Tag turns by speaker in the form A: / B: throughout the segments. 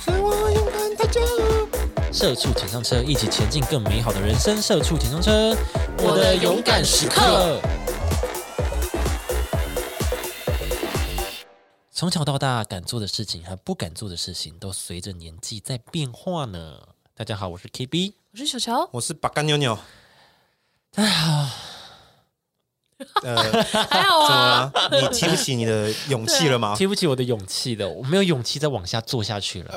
A: 所以我勇敢踏着。
B: 社畜请上车，一起前进更美好的人生。社畜请上车，我的勇敢时刻。从小到大，敢做的事情和不敢做的事情，都随着年纪在变化呢。大家好，我是 KB。
C: 我是小乔，
A: 我是把干妞妞。哎呀，呃，怎
C: 还好
A: 么
C: 啊
A: 了。？你提不起你的勇气了吗？
B: 提不起我的勇气的，我没有勇气再往下做下去 了。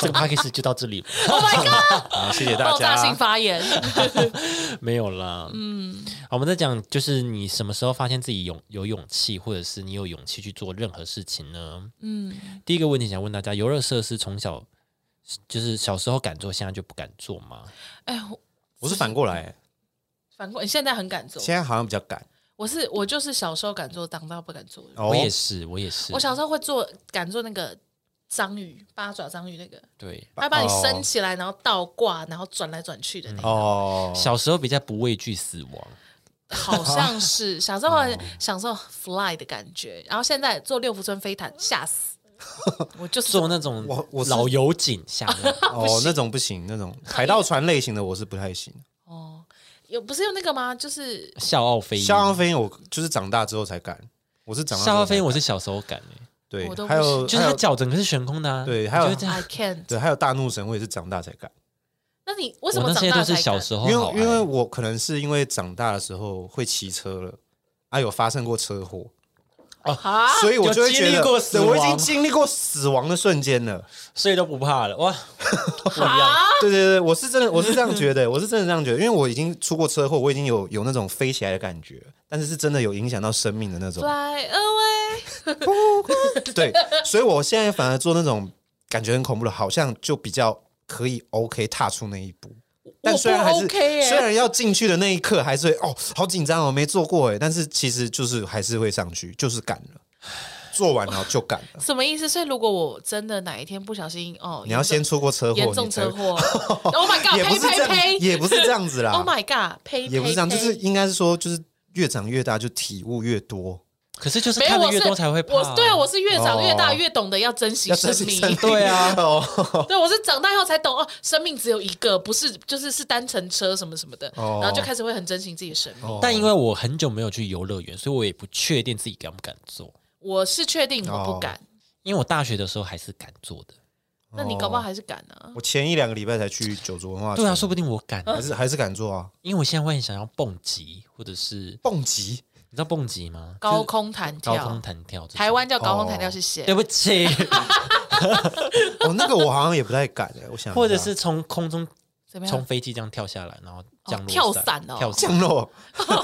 B: 这个 p a c k a g e 就到这里了，
C: Oh my
A: 好，啊谢谢
C: god！
A: 大
C: 爆炸性
A: 家。
C: 发言，
B: 没有啦。嗯，我们在讲就是你什么时候发现自己勇有勇气，或者是你有勇气去做任何事情呢？
C: 嗯，
B: 第一个问题想问大家：游乐设施从小就是小时候敢做，现在就不敢做吗？
C: 哎，我
A: 我是反过来，
C: 反过，你现在很敢做，
A: 现在好像比较敢。
C: 我是我就是小时候敢做，长大不敢做了。
A: 哦
B: 我也是，我也是。
C: 我小时候会做，敢做那个章鱼八爪章鱼那个，
B: 对
C: 它会把你升起来，然后倒挂，然后转来转去的那个，
A: 哦，
B: 小时候比较不畏惧死亡，
C: 好像是小时候
A: 哦
C: 很享受 fly 的感觉，然后现在做六福村飞毯 吓死，我就是
B: 做那种
A: 我我是
B: 老油井下面
A: 哦，那种不行，那种海盗船类型的我是不太行。
C: 哦，有不是有那个吗？就是
B: 笑傲飞鹰。
A: 肖昂飞鹰我就是长大之后才敢，我是长大之
B: 笑
A: 后
B: 傲
A: 才
B: 飞鹰我
A: 敢
B: 是小时候敢欸
A: 对
C: 我都，不
A: 还有
C: 行
B: 就是
A: 还
B: 它
A: 有
B: 脚整个是悬空的啊。
A: 对
B: 你
A: 还有
B: 就这样
C: I can't。
A: 对，还有大怒神我也是长大才敢。
C: 那你为什
B: 我
C: 么
B: 那
C: 长
B: 些
C: 大
B: 都
C: 才
B: 是
C: 敢？
B: 小时候
A: 因
B: 哦好
A: 为
B: 爱，
A: 因为我可能是因为长大的时候会骑车了，啊有发生过车祸，
C: 啊，
A: 所以我就会觉
B: 有经历
A: 得，
B: 过死
A: 对
B: 亡啊
A: 我已经经历过死亡的瞬间了。
B: 所以都不怕 了哇。
C: 啊，
A: 对对对，我是真的，我是这样觉 得，我是真的这样觉得，因为我已经出过车祸，我已经有有那种飞起来的感觉，但是是真的有影响到生命的那
B: 啊
A: 种。
C: fly away，
A: 对，所以我现在反而做那种感觉很恐怖的，好像就比较可以 OK 踏出那一步。但
C: 我
A: 虽然
C: 不
A: 还是、
C: OK 耶
A: 虽然要进去的那一刻还是会哦，好紧张哦，没做过哎，但是其实就是还是会上去，就是敢了，做完了就敢 了。
C: 什么意思？所以如果我真的哪一天不小心哦，
A: 你要先出过车祸，
C: 严重
A: 你才
C: 车祸 ，Oh my God，
A: 也不
C: 呸
A: 是这
C: 呸
A: 样，
C: 呸
A: 也不是这样子啦
C: ，Oh my God，呸，
A: 也不是这样，
C: 呸
A: 就
C: 呸
A: 是应该是说，就是越长越大就体悟越多，
B: 可是就是
C: 没有，
B: 看的
C: 我
B: 越
C: 是
B: 多才会怕啊。
C: 我对啊，我是越长越大，
A: 哦
C: 越懂得要珍惜
A: 要珍惜
C: 命。
A: 生命。
B: 对啊
A: 哦，
C: 对，我是长大以后才懂哦，生命只有一个，不是就是是单程车什么什么的，
A: 哦
C: 然后就开始会很珍惜自己的生命。
B: 但因为我很久没有去游乐园，所以我也不确定自己敢不敢做。
C: 我是确定我不敢，
A: 哦
B: 因为我大学的时候还是敢做的。
C: 那你搞不好还是敢啊。
A: 我前一两个礼拜才去九族文化村，
B: 对啊，说不定我敢啊，
A: 还是还是敢做啊，
B: 因为我现在会很想要蹦极，或者是你
A: 蹦极。
B: 知道蹦极吗？
C: 高空弹
B: 就是高空
C: 跳，
B: 弹跳这种。
C: 台湾叫高空弹
A: 哦
C: 跳，谢谢。
B: 对不 起，
A: 哦，那个我好像也不太敢哎、我想一下
B: 或者是从空中
C: 怎么样
B: 从飞机这样跳下来，然后降落、
C: 跳伞哦
B: 跳伞
A: 降落，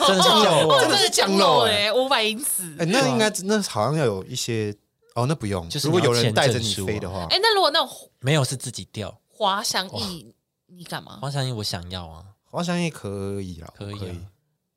B: 真的是降落
A: 哦，
C: 真的是降落哎，五百英
A: 哎、
C: 尺。
A: 那应该那好像要有一些哦，那不用，
B: 啊就是
A: 如果
B: 你要
A: 有人带着你
B: 签证书啊
A: 飞的话，
C: 哎，那如果那种
B: 没有是自己掉。
C: 滑翔翼，你干嘛？
B: 黄小英，我想要啊，
A: 好像也可以啦，
B: 可以啊
A: 以。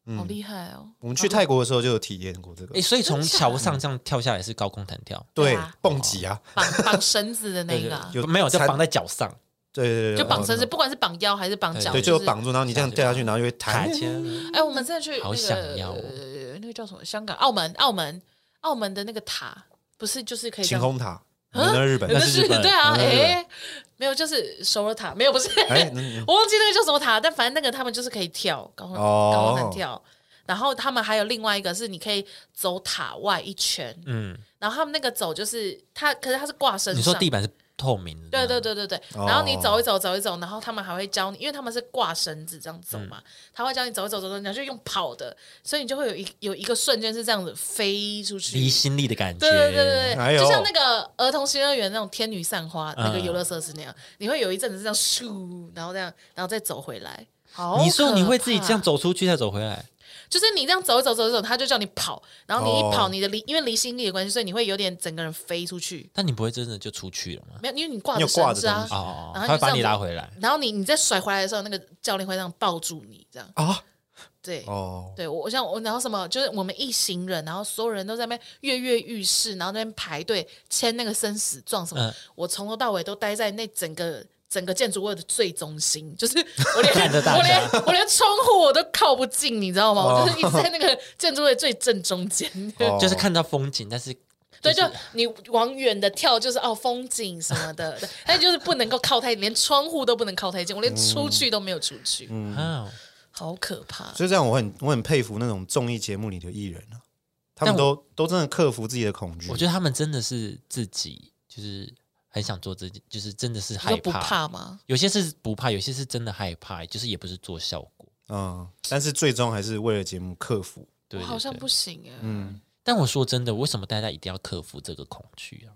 A: 嗯
C: 好厉害哦！
A: 我们去泰国的时候就有体验过这个，
B: 诶，所以从
C: 真的假的
B: 桥上这样跳下来是高空弹跳，
A: 对
C: 哎对啊，
A: 蹦极啊，
C: 绑绑绳子的那个啊，
A: 有
B: 没有就
A: 缠
B: 绑在脚上，
A: 对对对，
C: 就绑绳
A: 身
C: 子，不管是绑腰还是绑脚，
A: 对，
B: 对
A: 就是绑住，然后你这样
B: 啊
A: 掉下去，然后就会
B: 卡
A: 弹。
B: 签。
C: 哎，我们再去那
B: 好
C: 个
B: 想要哦
C: 呃那个叫什么？香港、澳门、澳门、澳门的那个塔，不是就是可以这
A: 晴
C: 样
A: 空塔，那是日本
C: 有，
B: 啊那
C: 的
B: 是日
C: 是
B: 本
C: 对啊，
A: 那是日本
C: 哎，没有，就是首尔塔，没有，不是，
A: 哎，那
C: 我忘记那个叫什么塔，但反正那个他们就是可以跳高空
A: 哦
C: 高空弹跳。然后他们还有另外一个是，你可以走塔外一圈，
B: 嗯，
C: 然后他们那个走就是它，可是它是挂身上。
B: 你说地板是透明的，
C: 对对对对对，
A: 哦
C: 然后你走一走走一走，然后他们还会教你，因为他们是挂绳子这样走
B: 嗯
C: 嘛，他会教你走一走走走，你要去用跑的，所以你就会有一有一个瞬间是这样子飞出去。
B: 离心力的感觉，
C: 对对对对
A: 哎
C: 对，
A: 呦
C: 就像那个儿童新乐园那种天女散花那个
B: 嗯
C: 游乐设施那样，你会有一阵子这样咻，然后这样，然后再走回来。好
B: 你说你会自己
C: 可
B: 这
C: 怕
B: 样，走出去再走回来，
C: 就是你这样走一走走一走，他就叫你跑，然后你一
A: 哦
C: 跑，你的离因为离心力的关系，所以你会有点整个人飞出去，
B: 但你不会真的就出去了吗？
C: 没有，因为你挂
A: 你
C: 着
A: 有挂
C: 绳
A: 着
C: 子啊
A: 东西，
B: 哦，
C: 然后
B: 他会
C: 就
B: 把
C: 这样
B: 你
C: 子
B: 拉回来。
C: 然后你你在甩回来的时候，那个教练会这样抱住你，这样
A: 啊
C: 对。
A: 哦，
C: 对，我我像我，然后什么，就是我们一行人，然后所有人都在那边跃跃欲试，然后在那边排队签那个生死状什么。
B: 嗯
C: 我从头到尾都待在那整个整个建筑物的最中 心，就是我连
B: 看着大家
C: 我连我连窗户我都靠不近，你知道吗？
A: 哦
C: 我就是一直在那个建筑物的最正中间。
A: 哦
B: 就是看到风景，但是
C: 对，就你往远的跳，就是哦风景什 么的，对但就是不能够靠太近，连窗户都不能靠太近，我连
B: 嗯
C: 出去都没有出去，
B: 啊，
C: 好可怕。
A: 所以这样我很我很佩服那种综艺节目里的艺人啊，他们
B: 但
A: 都都真的克服自己的恐惧。
B: 我觉得他们真的是自己，就是很想做自己，就是真的是
C: 你
B: 害
C: 说不怕吗？
B: 有些是不怕，有些是真的害怕，就是也不是做效果。
A: 得，嗯，但是最终还是为了节目克服。
B: 对
C: 我好像
B: 对对嗯
C: 不行哎、
B: 但我说真的，为什么大家一定要克服这个恐惧啊？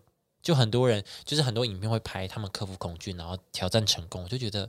B: 就很多人，就是很多影片会拍他们克服恐惧，然后挑战成功，我就觉得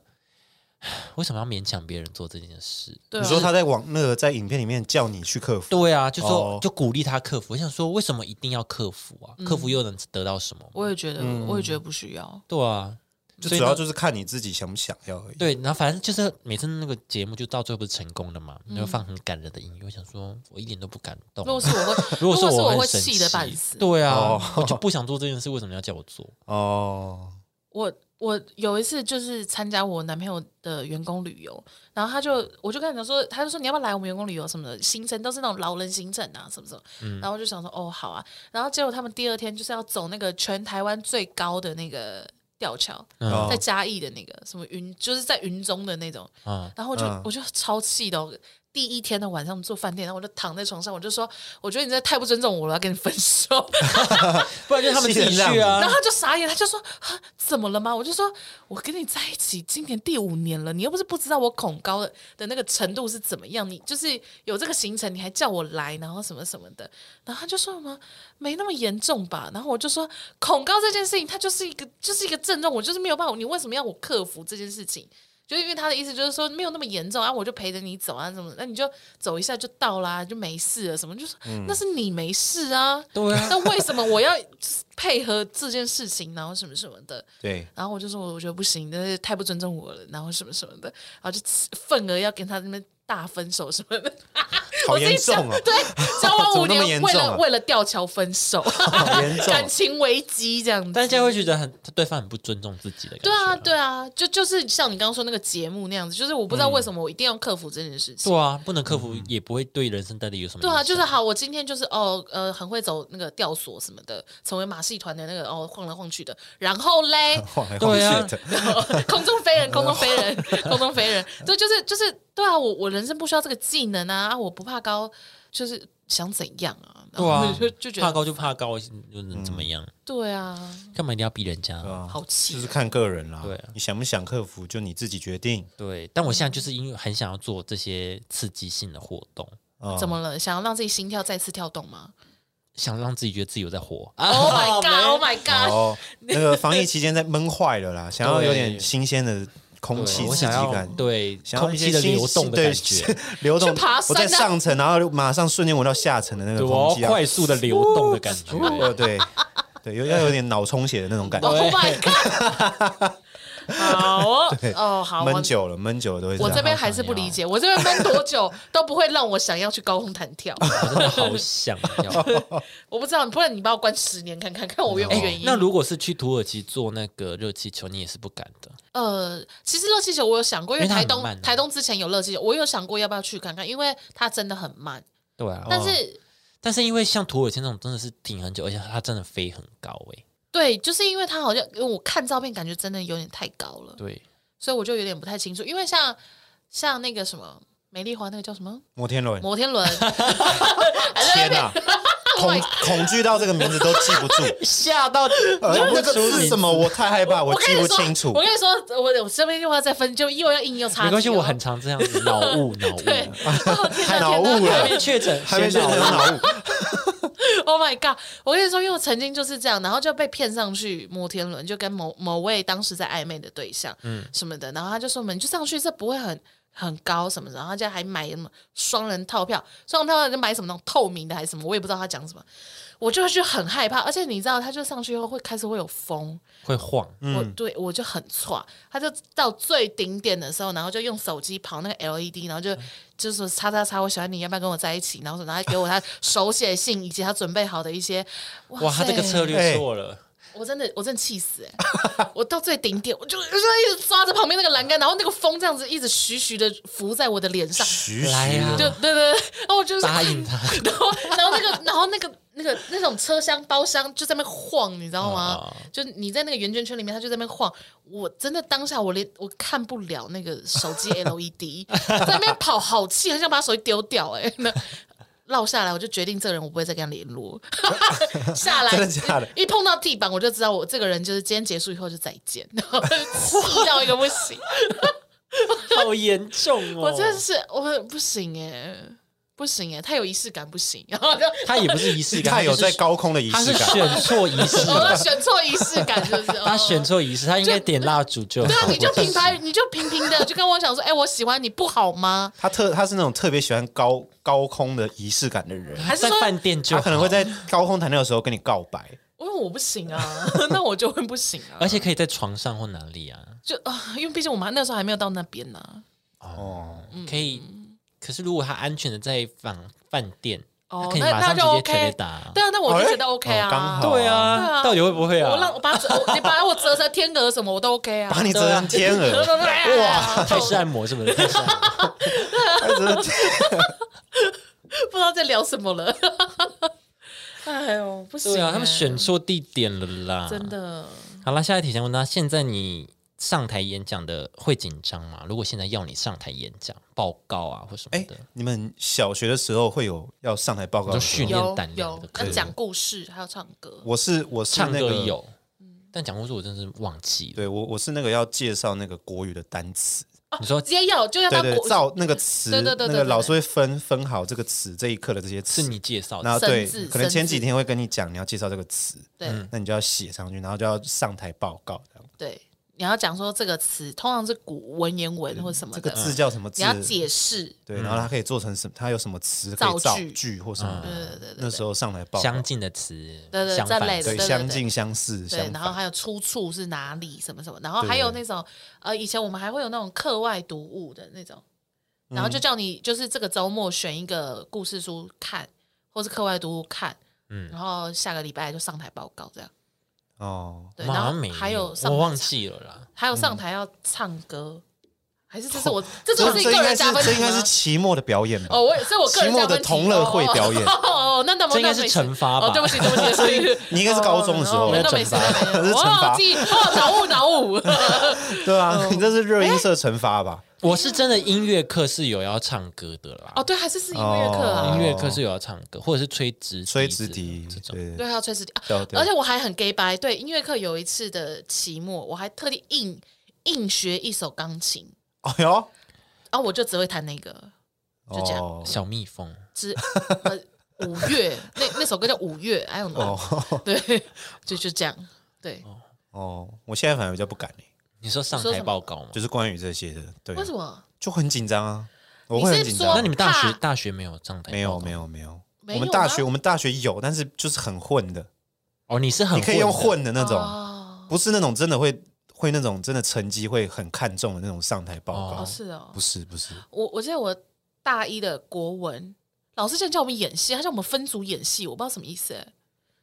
B: 唉为什么要勉强别人做这件事？
C: 对、啊，
A: 你说他在网那个在影片里面叫你去克服，
B: 对啊，就说、
A: 哦
B: 就鼓励他克服。我想说，为什么一定要克服啊？
C: 嗯
B: 克服又能得到什么？
C: 我也觉得，我也觉
B: 嗯
C: 得不需要。
B: 对啊，
A: 就
B: 所以
A: 主要
B: 呢
A: 就是看你自己想不想要而已。
B: 对，然后反正就是每次那个节目就到最后不是成功的嘛，然后放很感人的音乐，我想说我一点都不感动
C: 嗯如。果是我会，
B: 如果
C: 是
B: 我
C: 我
B: 很
C: 会
B: 生
C: 气
B: 气
C: 得半死。
B: 对啊，
A: 哦
B: 我就不想做这件事，为什么要叫我做？
A: 哦，
C: 我我有一次就是参加我男朋友的员工旅游，然后他就我就跟他讲说，他就说你要不要来我们员工旅游什么的，行程都是那种老人行程啊什么什么，
A: 嗯
C: 然后我就想说哦好啊，然后结果他们第二天就是要走那个全台湾最高的那个吊桥，
A: 哦
C: 在嘉义的那个什么云，就是在云中的那种，
B: 啊、
C: 然后我就、
A: 嗯
C: 我就超气的哦、第一天的晚上，我们住饭店，然后我就躺在床上，我就说：“我觉得你真的太不尊重我了，我要跟你分手。
B: 不然就他们自己
A: 是
B: 去
A: 这
B: 啊
A: 样
C: 然。后他就傻眼，他就说：“啊，怎么了吗？”我就说：“我跟你在一起今年第五年了，你又不是不知道我恐高的的那个程度是怎么样，你就是有这个行程，你还叫我来，然后什么什么的。”然后他就说什么没那么严重吧？然后我就说恐高这件事情，它就是一个就是一个症状，我就是没有办法，你为什么要我克服这件事情？就是因为他的意思就是说没有那么严重啊，我就陪着你走啊，什么，那你就走一下就到啦，就没事了，什么，就说、
A: 嗯
C: 那是你没事啊，
B: 对啊，
C: 那为什么我要配合这件事情，然后什么什么的？
A: 对，
C: 然后我就说，我觉得不行，但是太不尊重我了，然后什么什么的，然后就愤而要跟他那边大分手什么的。
A: 好严重
C: 我
A: 哦
C: 自己讲，对，交往五
A: 怎么那么严
C: 年，
A: 重
C: 为
A: 啊
C: 了为了吊桥分手，
A: 好 严重啊
C: 感。情危机这样子。
B: 但是这样会觉得很对方很不尊重自己的感觉。
C: 对啊，对啊，就就是像你刚刚说那个节目那样子，就是我不知道为什么我一定要克服这件事情。
B: 嗯对啊，不能克
A: 嗯
B: 服也不会对人生到底有什么
C: 对
B: 影
C: 啊，
B: 响。
C: 就是好，我今天就是哦，呃，很会走那个吊索什么的，成为马戏团的那个哦，晃来晃去的。然后嘞，哦
A: 晃来晃
B: 啊
A: 去的，
C: 空中飞人，空中飞人，空中飞人，对，就是就是对啊，我我人生不需要这个技能啊，啊我不怕高，就是想怎样啊，然
B: 对啊
C: 后就就觉
B: 怕
C: 得
B: 高就怕高，又能怎么样？
A: 嗯
C: 对啊，
B: 干嘛一定要逼人家？
A: 对啊
C: 好气
A: 就是看个人啦。
B: 对啊
A: 你想不想克服，就你自己决定。
B: 对，但我现在
C: 嗯
B: 就是因为很想要做这些刺激性的活动，
A: 啊
C: 怎么了？想要让自己心跳再次跳动吗
B: 啊想让自己觉得自己有在活啊。
C: ？Oh my god！Oh my
A: 然
C: god！
A: 后那个防疫期间在闷坏了啦，想要有点新鲜的空气
B: 对我
A: 刺激
B: 想要
A: 感，
B: 对
A: 想要
B: 空
A: 一
B: 气
A: 些
B: 的
A: 新
B: 流动的
A: 对
B: 感觉，，
A: 流动。
C: 去爬山啊
A: 我在上层，然后马上瞬间闻到下层的那个
B: 对，我
A: 空气
B: 要
A: 啊，
B: 哦快速的流动的感觉。
A: 哦对对，有要有点脑充血的那种感觉。
C: Oh my god！好哦，哦，
B: 啊
C: 好，我
A: 闷久了，闷久了都会这
C: 我
A: 样。
C: 这边还是不理解，我这边闷多久都不会让我想要去高空弹跳。
B: 我真的好想 要。
C: 哦
B: 哎
C: 我不知道，不然你把我关十年看看，看我愿不愿意。
B: 哦那如果是去土耳其做那个热气球，你也是不敢的。
C: 呃，其实热气球我有想过，因为
B: 因为它
C: 台
B: 很
C: 东
B: 慢啊
C: 台东之前有热气球，我有想过要不要去看看，因为它真的很慢。
B: 对啊，
C: 但是、
B: 哦但是因为像土耳其那种真的是挺很久，而且它真的飞很高欸诶、
C: 对，就是因为它好像因为我看照片，感觉真的有点太高了，
B: 对，
C: 所以我就有点不太清楚。因为像像那个什么美丽华那个叫什么
A: 摩天轮，
C: 摩天轮，
A: 天哪！恐恐惧到这个名字都记不 住，
B: 吓到
A: 呃，那个字是什么？我太害怕，我
C: 我
A: 记
C: 跟你
A: 不
C: 说，
A: 清楚
C: 我。跟你说，我我这边又要再分，就又要硬又插题哦。
B: 没关系，我很常这样子脑雾脑雾，
C: 对，哦
A: 脑
C: 天哪天哪
A: 雾了
B: 还没确诊，
A: 还没
B: 先
A: 变
B: 脑
A: 成
B: 雾
A: 脑雾，
C: Oh my god！我跟你说，因为我曾经就是这样，然后就被骗上去摩天轮，就跟某某位当时在暧昧的对象，嗯，什么的，然后他就说：“我们就上去，这不会很很高什么的。”然后他就还买什么双人套票，双人套票就买什么那种透明的还是什么，我也不知道他讲什么，我就就很害怕。而且你知道，他就上去以后会开始会有风，
B: 会晃，
C: 我对我就很错，啊他就到最顶点的时候，然后就用手机跑那个 LED，然后
B: 嗯
C: 就就说叉叉叉，我喜欢你，要不要跟我在一起？然后然后还给我他手写信以及他准备好的一些，哇
B: 哇，他这个
C: 塞
B: 策略
A: 哎
B: 错了，
C: 我真的我真的气死哎、我到最顶点，我就我就一直抓着旁边那个栏杆，然后那个风这样子一直徐徐的拂在我的脸上，
A: 徐徐
B: 来呀啊
A: 的
C: 就对对对，然后我就是
B: 答应他，
C: 然后然后那个然后那个那个那种车厢包厢就在那边晃，你知道吗？
B: 哦
C: 就你在那个圆圈圈里面，它就在那边晃。我真的当下我连我看不了那个手 机 LED，在那边跑好气，很想把手机丢掉、哎，那落下来我就决定这个人我不会再跟他联 络。下来
A: 真的假的
C: 一碰到地板我就知道我这个人就是今天结束以后就再见，然后就气到一个不行。
B: 好严重哦！
C: 我真的是我不行哎、不行哎、太有仪式感不行，然后就
B: 他也不是仪式感，
A: 他有
B: 就是
A: 在，高空的仪
B: 他
A: 式
B: 是
A: 感，
B: 选错仪式，
C: 我选错仪式感是不是？
B: 他选
C: 哦
B: 错仪式，他应该点蜡烛就
C: 对啊，
B: 好。
C: 你就平白你就平平的就跟我讲说，哎、我喜欢你不好吗？
A: 他特他是那种特别喜欢高高空的仪式感的人，
C: 还是
B: 在
C: 说，
B: 饭店就
A: 他
B: 好
A: 可能会，在高空谈恋爱的时候跟你告白，
C: 因为我不行啊， 那我就会不行啊，
B: 而且可以在床上或哪里啊，
C: 就啊、因为毕竟我们那时候还没有到那边呢、嗯
B: 可以。可是如果他安全的在房饭店，
C: 哦
B: 他可以
C: 那
B: 马上
C: 那
B: 直
C: 就
B: 接
C: OK
B: 全力打。
C: 对啊，那我就
A: 哎
C: 觉得 OK 啊，
A: 哦刚好
B: 对
C: 对
B: 啊，
C: 啊
B: 到底会不会啊？
C: 我让我把它折，我你把我折成天鹅什么我都 OK 啊，
A: 把你折成天鹅，
C: 哇，
B: 泰式按摩是不是？泰式按
C: 啊
B: 摩
A: 他折成天
C: 不知道在聊什么了。 哎呦，不行、
B: 对啊，他们
C: 哎
B: 选错地点了
A: 啊
B: 啦，
C: 真。的
B: 好啦，下一题想问大家，现在你上台演讲的会紧张吗？如果现在要你上台演讲、报告啊或什么
A: 哎
B: 的，，
A: 你们小学的时候会有要上台报告
B: 就
A: 的
B: 训
A: 时候？
B: 练
C: 有
B: 胆量
C: 有
B: 的，课
C: 要讲故事，还有唱歌。
A: 我是我是
B: 唱
A: 那
B: 歌
A: 个，
B: 有，
C: 嗯
B: 但讲故事我真是忘记了。
A: 对我我是那个要介绍那个国语的单词，
B: 你说
C: 直接要就要
A: 对
C: 当
A: 对，
C: 国
A: 照那个词，
C: 对对对
A: 那
C: 对对
A: 个
C: 对
A: 老师会分分好这个词这一课的这些词
B: 是，你介绍
A: 然后
B: 的，
A: 对
C: 生字，
A: 可能前几
C: 生字
A: 天会跟你讲你要介绍这个词，
C: 对、
A: 那你就要写上去，然后就要上台报告这样。
C: 对，你要讲说这个词通常是古文言文或什么
A: 嗯这
B: 嗯
C: 的，
A: 个字叫什么字？
C: 你要解释。
A: 对，然后它可以做成什么？它有什么词可以
C: 造
A: 造
C: 句
A: 句或什么
C: 对
A: 的？
C: 对对
A: 那时候上台报
B: 嗯相
A: 告，
B: 近的词，
C: 对对
B: 相反
C: 这类的
B: 词
A: 对，
C: 对
A: 相近相似，
C: 对
A: 相，
C: 然后
A: 反。
C: 还有出处是哪里什么什么，然后还有那种呃，以前我们还会有那种课外读物的那种，
A: 嗯
C: 然后就叫你就是这个周末选一个故事书看，或是课外读物看，
B: 嗯
C: 然后下个礼拜就上台报告这样。
A: 哦，
C: 对，
B: 好
C: 然
B: 像
C: 后
B: 没
C: 还有上
B: 我
C: 台
B: 忘
C: 唱
B: 记了啦。
C: 还有上台要唱歌，还是这是我这是
A: 这
C: 我自己
A: 这
C: 个
A: 应该
C: 人
A: 是
C: 加分题
A: 这
C: 吗
A: 应该是期末的表演吧？
C: 哦，我也是我个人
A: 期末
C: 加
A: 的
C: 分题
A: 同乐会表演
C: 哦哦哦哦，那那么
B: 这应该是惩罚吧
C: 哦，对不起，对不起，对不起，
A: 你应该是高中的时候
C: 哦那没事，那没事
A: 这是惩罚
C: 哦记哦，脑雾脑雾，
A: 对啊，
C: 哦
A: 你这是热
C: 哎
A: 音社惩罚吧？
B: 我是真的音乐课是有要唱歌的啦，
C: 哦，对，还是是音乐课
A: 哦
C: 啊
B: 音。乐课是有要唱歌，或者是吹直笛
A: 吹直笛
B: 这，种。
A: 对
C: 对，还有吹纸笛，啊
A: 对对
C: 而且我还很 gay 白。对，音乐课有一次的期末，我还特地硬硬学一首钢琴，
A: 哎呦，
C: 然后我就只会弹那个，就这样
A: 哦
B: 小蜜蜂，
C: 之呃五月那那首歌叫五月，哎呦，
A: 哦
C: 对，就就这样，对，
A: 哦，我现在反而比较不敢欸
B: 你说上
C: 你说
B: 台
C: 什么
B: 报告吗？
A: 就是关于这些的，对啊，
C: 为什么？
A: 就很紧张啊，我会很紧
C: 你是说
A: 张。啊
B: 那你们大学
C: 怕
B: 大学没有上台？
A: 没有没。有没有，
C: 没
A: 我们
C: 有
A: 大
C: 吗
A: 学我们大学有，但是就是很混的，
B: 哦，你是很
A: 你可以用
B: 的
A: 混的那种，
C: 哦
A: 不是那种真的会会那种真的成绩会很看重的那种上台报
B: 哦
A: 告
C: 哦，是哦
A: 不，是不是，
C: 我我记得我大一的国文老师竟然叫我们演戏，他叫我们分组演戏，我不知道什么意思、哎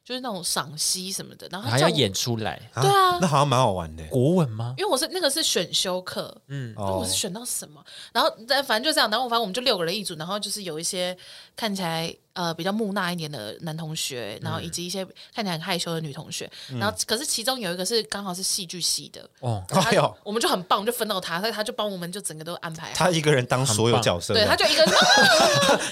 C: 就是那种赏析什么的，然后他
B: 还
C: 叫
B: 要
C: 我，
B: 演出来。
A: 啊
C: 对啊
A: 那好像蛮好玩的欸。
B: 国文吗？
C: 因为我是那个是选修课。
B: 嗯，
C: 那我
A: 哦
C: 是，选到什么？然后但反正就这样，然后反正我们就六个人一组，然后就是有一些看起来呃比较木讷一点的男同学，然后
A: 嗯
C: 以及一些看起来很害羞的女同学，然后可是其中有一个是刚好是戏剧系的，
B: 哦，
A: 哎呦，
C: 我们就很棒，我们就分到他，所以他就帮我们就整个都安排好。
A: 他一个人当所有角色这
C: 对，
A: 样，
C: 他就一 个人，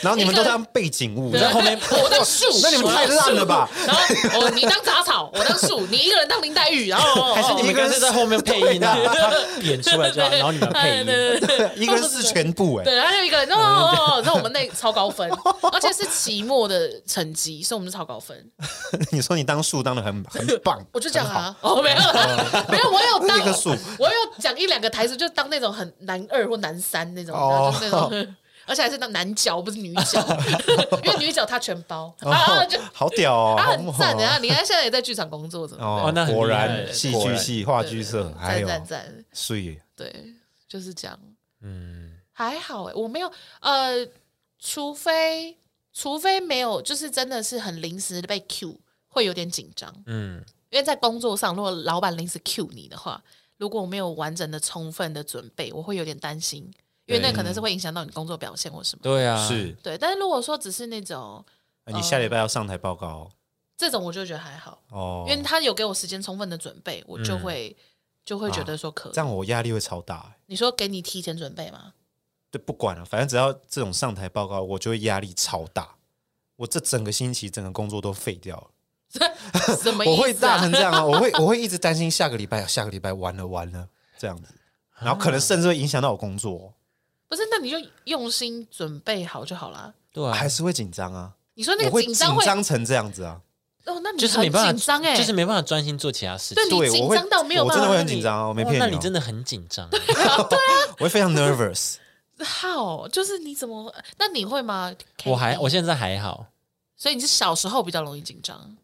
A: 然后你们都
C: 一个
A: 当背景物，
C: 对
A: 然后
C: 我当树，
A: 那你们太烂了吧
C: 我当树？然后我你当杂草，我当树，你一个人当林黛玉，然后
B: 还是你
A: 一
B: 们
A: 个人
B: 干脆在后面配音哦啊
A: 对？
B: 他演出来就好，然后你们配
C: 对
B: 音。
C: 对对对
A: 一个人是全部哎，
C: 对，他 就一个人，哦哦哦，那我们那超高分，而且是期末的成绩，所以我们是超高分。，
A: 你说你当树当的很很棒
C: 我就这样啊，哦，没有啦， 没有，我有当
A: 一个数，
C: 我有讲一两个台词，就当那种很男二或男三那种，
A: 哦
C: 就是那种。 而且还是当男角，不是女 角，因为女角她全包， 啊，就
A: 好屌哦，
C: 他
A: 好
C: 很
A: 猛
C: 赞的，
A: 哦
C: 啊！你看现在也在剧场工作，怎么
A: 哦
B: 哦那很
A: 果
B: 厉害
A: 然戏
B: 果
A: 剧
B: 然
A: 系、话剧社，哎还
C: 赞
A: 有
C: 赞赞，
A: 所以
C: 对，就是这样，
B: 嗯，
C: 还好哎、我没有呃，除非除非没有，就是真的是很临时的被 Q，会有点紧张，
B: 嗯，
C: 因为在工作上，如果老板临时 Q 你的话，如果我没有完整的、充分的准备，我会有点担心，因为那
B: 对
C: 可能是会影响到你工作表现或什么。
B: 对啊，
A: 是啊
C: 对，但是如果说只是那种
A: 你下礼拜要上台报告哦
C: 这种我就觉得还好，
A: 哦，嗯
C: 因为他有给我时间充分的准备，我就会、就会觉得说可以。
A: 啊这样我压力会超大、欸。
C: 你说给你提前准 备吗？
A: 对，不管了，反正只要这种上台报告，我就会压力超大。我这整个星期整个工作都废掉了，
C: 什么意思、
A: 我
C: 啊？
A: 会大成这样啊！我会我会一直担心下个礼拜，啊下个礼拜完了完了这样子，
C: 啊
A: 然后可能甚至会影响到我工作，
C: 不是，那你就用心准备好就好啦。
B: 对啊，
A: 还是会紧张啊，
C: 你说那
A: 我
C: 个
A: 会
C: 紧
A: 紧
C: 张会
A: 张成这样子啊，
C: 哦，那你
B: 就是没
C: 很
B: 办法
C: 紧张哎，
B: 就是没办法专心做其他事情
C: 对。你
A: 对，
C: 紧
A: 我会
C: 张到没有
A: 我
C: 办
A: 真
C: 法
A: 的会很
C: 让
A: 紧
C: 你
A: 张啊，我没
B: 哇
A: 骗
B: 那
A: 你
B: 你
A: 哦，
B: 真的很紧张欸，
A: 我会非常 nervous。
C: 欸好，就是你怎么？那你会吗？
B: 我还
C: Katie？
B: 我现在还好，
C: 所以你是小时候比较容易紧张，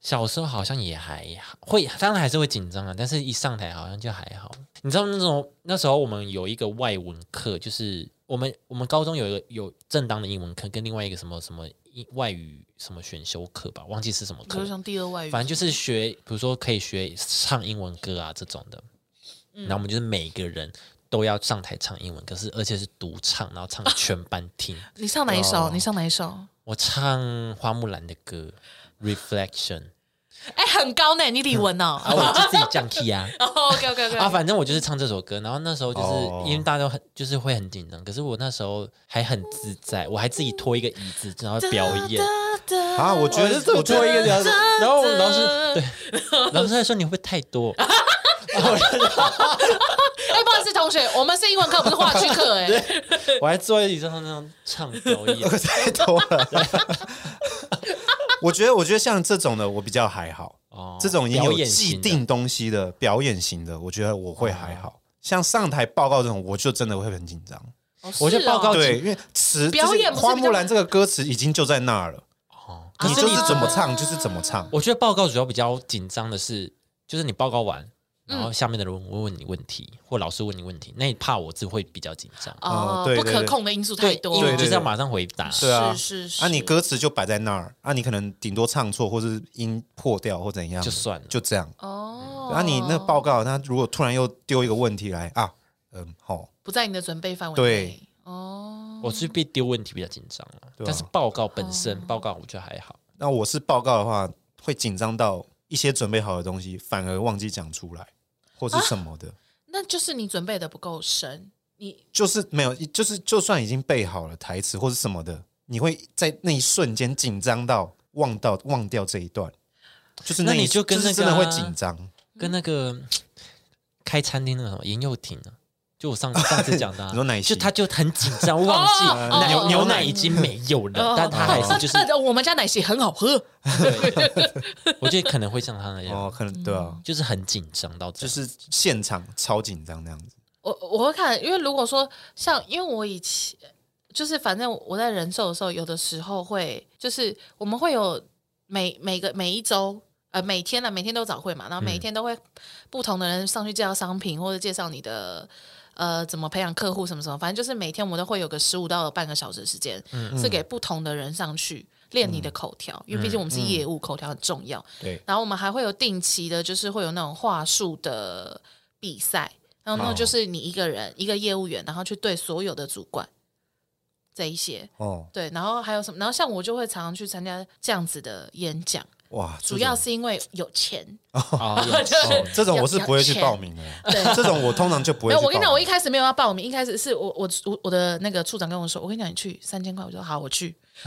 B: 小时候好像也还好，会当然还是会紧张啊，但是一上台好像就还好。你知道那种那时候我们有一个外文课，就是我们我们高中有一个有正当的英文课，跟另外一个什么什么英外语什么选修课吧，忘记是什么
C: 比如
B: 课
C: 说，像第二外语，
B: 反正就是学，比如说可以学唱英文歌啊这种的。
C: 嗯
B: 然后我们就是每个人都要上台唱英文，可是而且是独唱，然后唱给全班听。
C: 你上哪一首？
A: 哦
C: 你上哪一首？
B: 我唱花木兰的歌《Reflection》，
C: 哎、很高呢，你李玟哦。
B: 啊，我就自己降 key 啊。
C: OK OK OK，
B: 啊，反正我就是唱这首歌，然后那时候就是、
A: 哦
B: 因为大家都很就是会很紧张，可是我那时候还很自在，我还自己拖一个椅子然后表演，
A: 啊我觉得这
B: 我
A: 我
B: 拖一个椅子，然后我们老师
C: 对，
B: 老师还说你会不会太 多？
C: 哎，不好意思，同学，我们是英文课，不是话剧课， 哎，
B: 我还坐在椅子上那样唱表 演
A: 我，太多了。我觉得，我觉得像这种的，我比较还好。
B: 哦
A: 这种已经有
B: 表演
A: 既
B: 型的
A: 定东西的表演型的，我觉得我会还
C: 哦
A: 好。像上台报告这种，我就真的会很紧张。
B: 我就报告
C: 哦是哦
A: 对，因为词
C: 表演
A: 就是
C: 不是比较
A: 花木兰这个歌词已经就在那儿了，
B: 哦。
C: 啊
A: 你就是怎么唱就是怎么唱。
B: 我觉得报告主要比较紧张的是，就是你报告完，然
C: 嗯
B: 后下面的人会问你问题，或老师问你问题，那一怕我就会比较紧张。
A: 哦
C: 哦，
A: 对
C: 不
A: 对
C: 可
A: 对
C: 控的因素太
B: 对，
C: 多
B: 因为
C: 了，
B: 我就是要
A: 对对
B: 马上回答。
A: 对啊
C: 是是是，
A: 啊，你歌词就摆在那儿，啊，你可能顶多唱错或是音破掉或怎样，
B: 就算了
A: 就这样。
C: 哦，
A: 啊，你那报告，他如果突然又丢一个问题来啊，嗯，好，
C: 不在你的准备范围内，
A: 对
C: 哦，
B: 我是被丢问题比较紧张了，
A: 对啊
B: 但是报告本身，报告我觉得还好。
A: 那我是报告的话，会紧张到一些准备好的东西反而忘记讲出来，或
C: 啊
A: 是什么的，
C: 那就是你准备的不够深，你
A: 就是没有，就是就算已经背好了台词或是什么的，你会在那一瞬间紧张到忘到忘掉这一段，就是
B: 那
A: 一
B: 你就跟
A: 是
B: 那
A: 真
B: 个
A: 的
B: 啊
A: 会紧张，
C: 嗯
B: 跟那个开餐厅那个什么严幼婷啊，就我上上次讲的啊，
A: 你说奶昔呃
B: 就他就很紧张，忘记
C: 哦哦
B: 奶
C: 哦
B: 牛
C: 哦
B: 牛奶已经没有了， 但他还是就是，
C: 呃我们家奶昔很好喝，
B: 我觉得可能会像他那样，
A: 哦，可能对啊，
B: 就是很紧张到这
A: 就
B: 样，
A: 是现场超紧张那样子，
C: 我我会看，因为如果说像，因为我以前就是反正我在人寿的时候，有的时候会就是我们会有每每个每一周呃每天呢、每天都早会嘛，然后
B: 嗯
C: 每一天都会不同的人上去介绍商品或者介绍你的。呃，怎么培养客户什么什么，反正就是每天我们都会有个十五到半个小时的时间，
B: 嗯
C: 是给不同的人上去练你的口条，因为毕竟我们
B: 嗯
C: 是业务，口条很重要。
A: 对，
C: 然后我们还会有定期的，就是会有那种话术的比赛，然后那
A: 哦
C: 种就是你一个人、一个业务员，然后去对所有的主管这一些。
A: 哦，
C: 对，然后还有什么？然后像我就会常常去参加这样子的演讲，
A: 哇，
C: 主要
A: 这种
C: 是因为有钱。
B: 啊，
A: 哦这种我是不会去
C: 要
A: 报名的，
C: 对，
A: 这种我通常就不会去
C: 没有，
A: 报名。
C: 我跟你讲，我一开始没有要报名，一开始是我我我我的那个处长跟我说，我跟你讲，你去三千块，我说好，我去。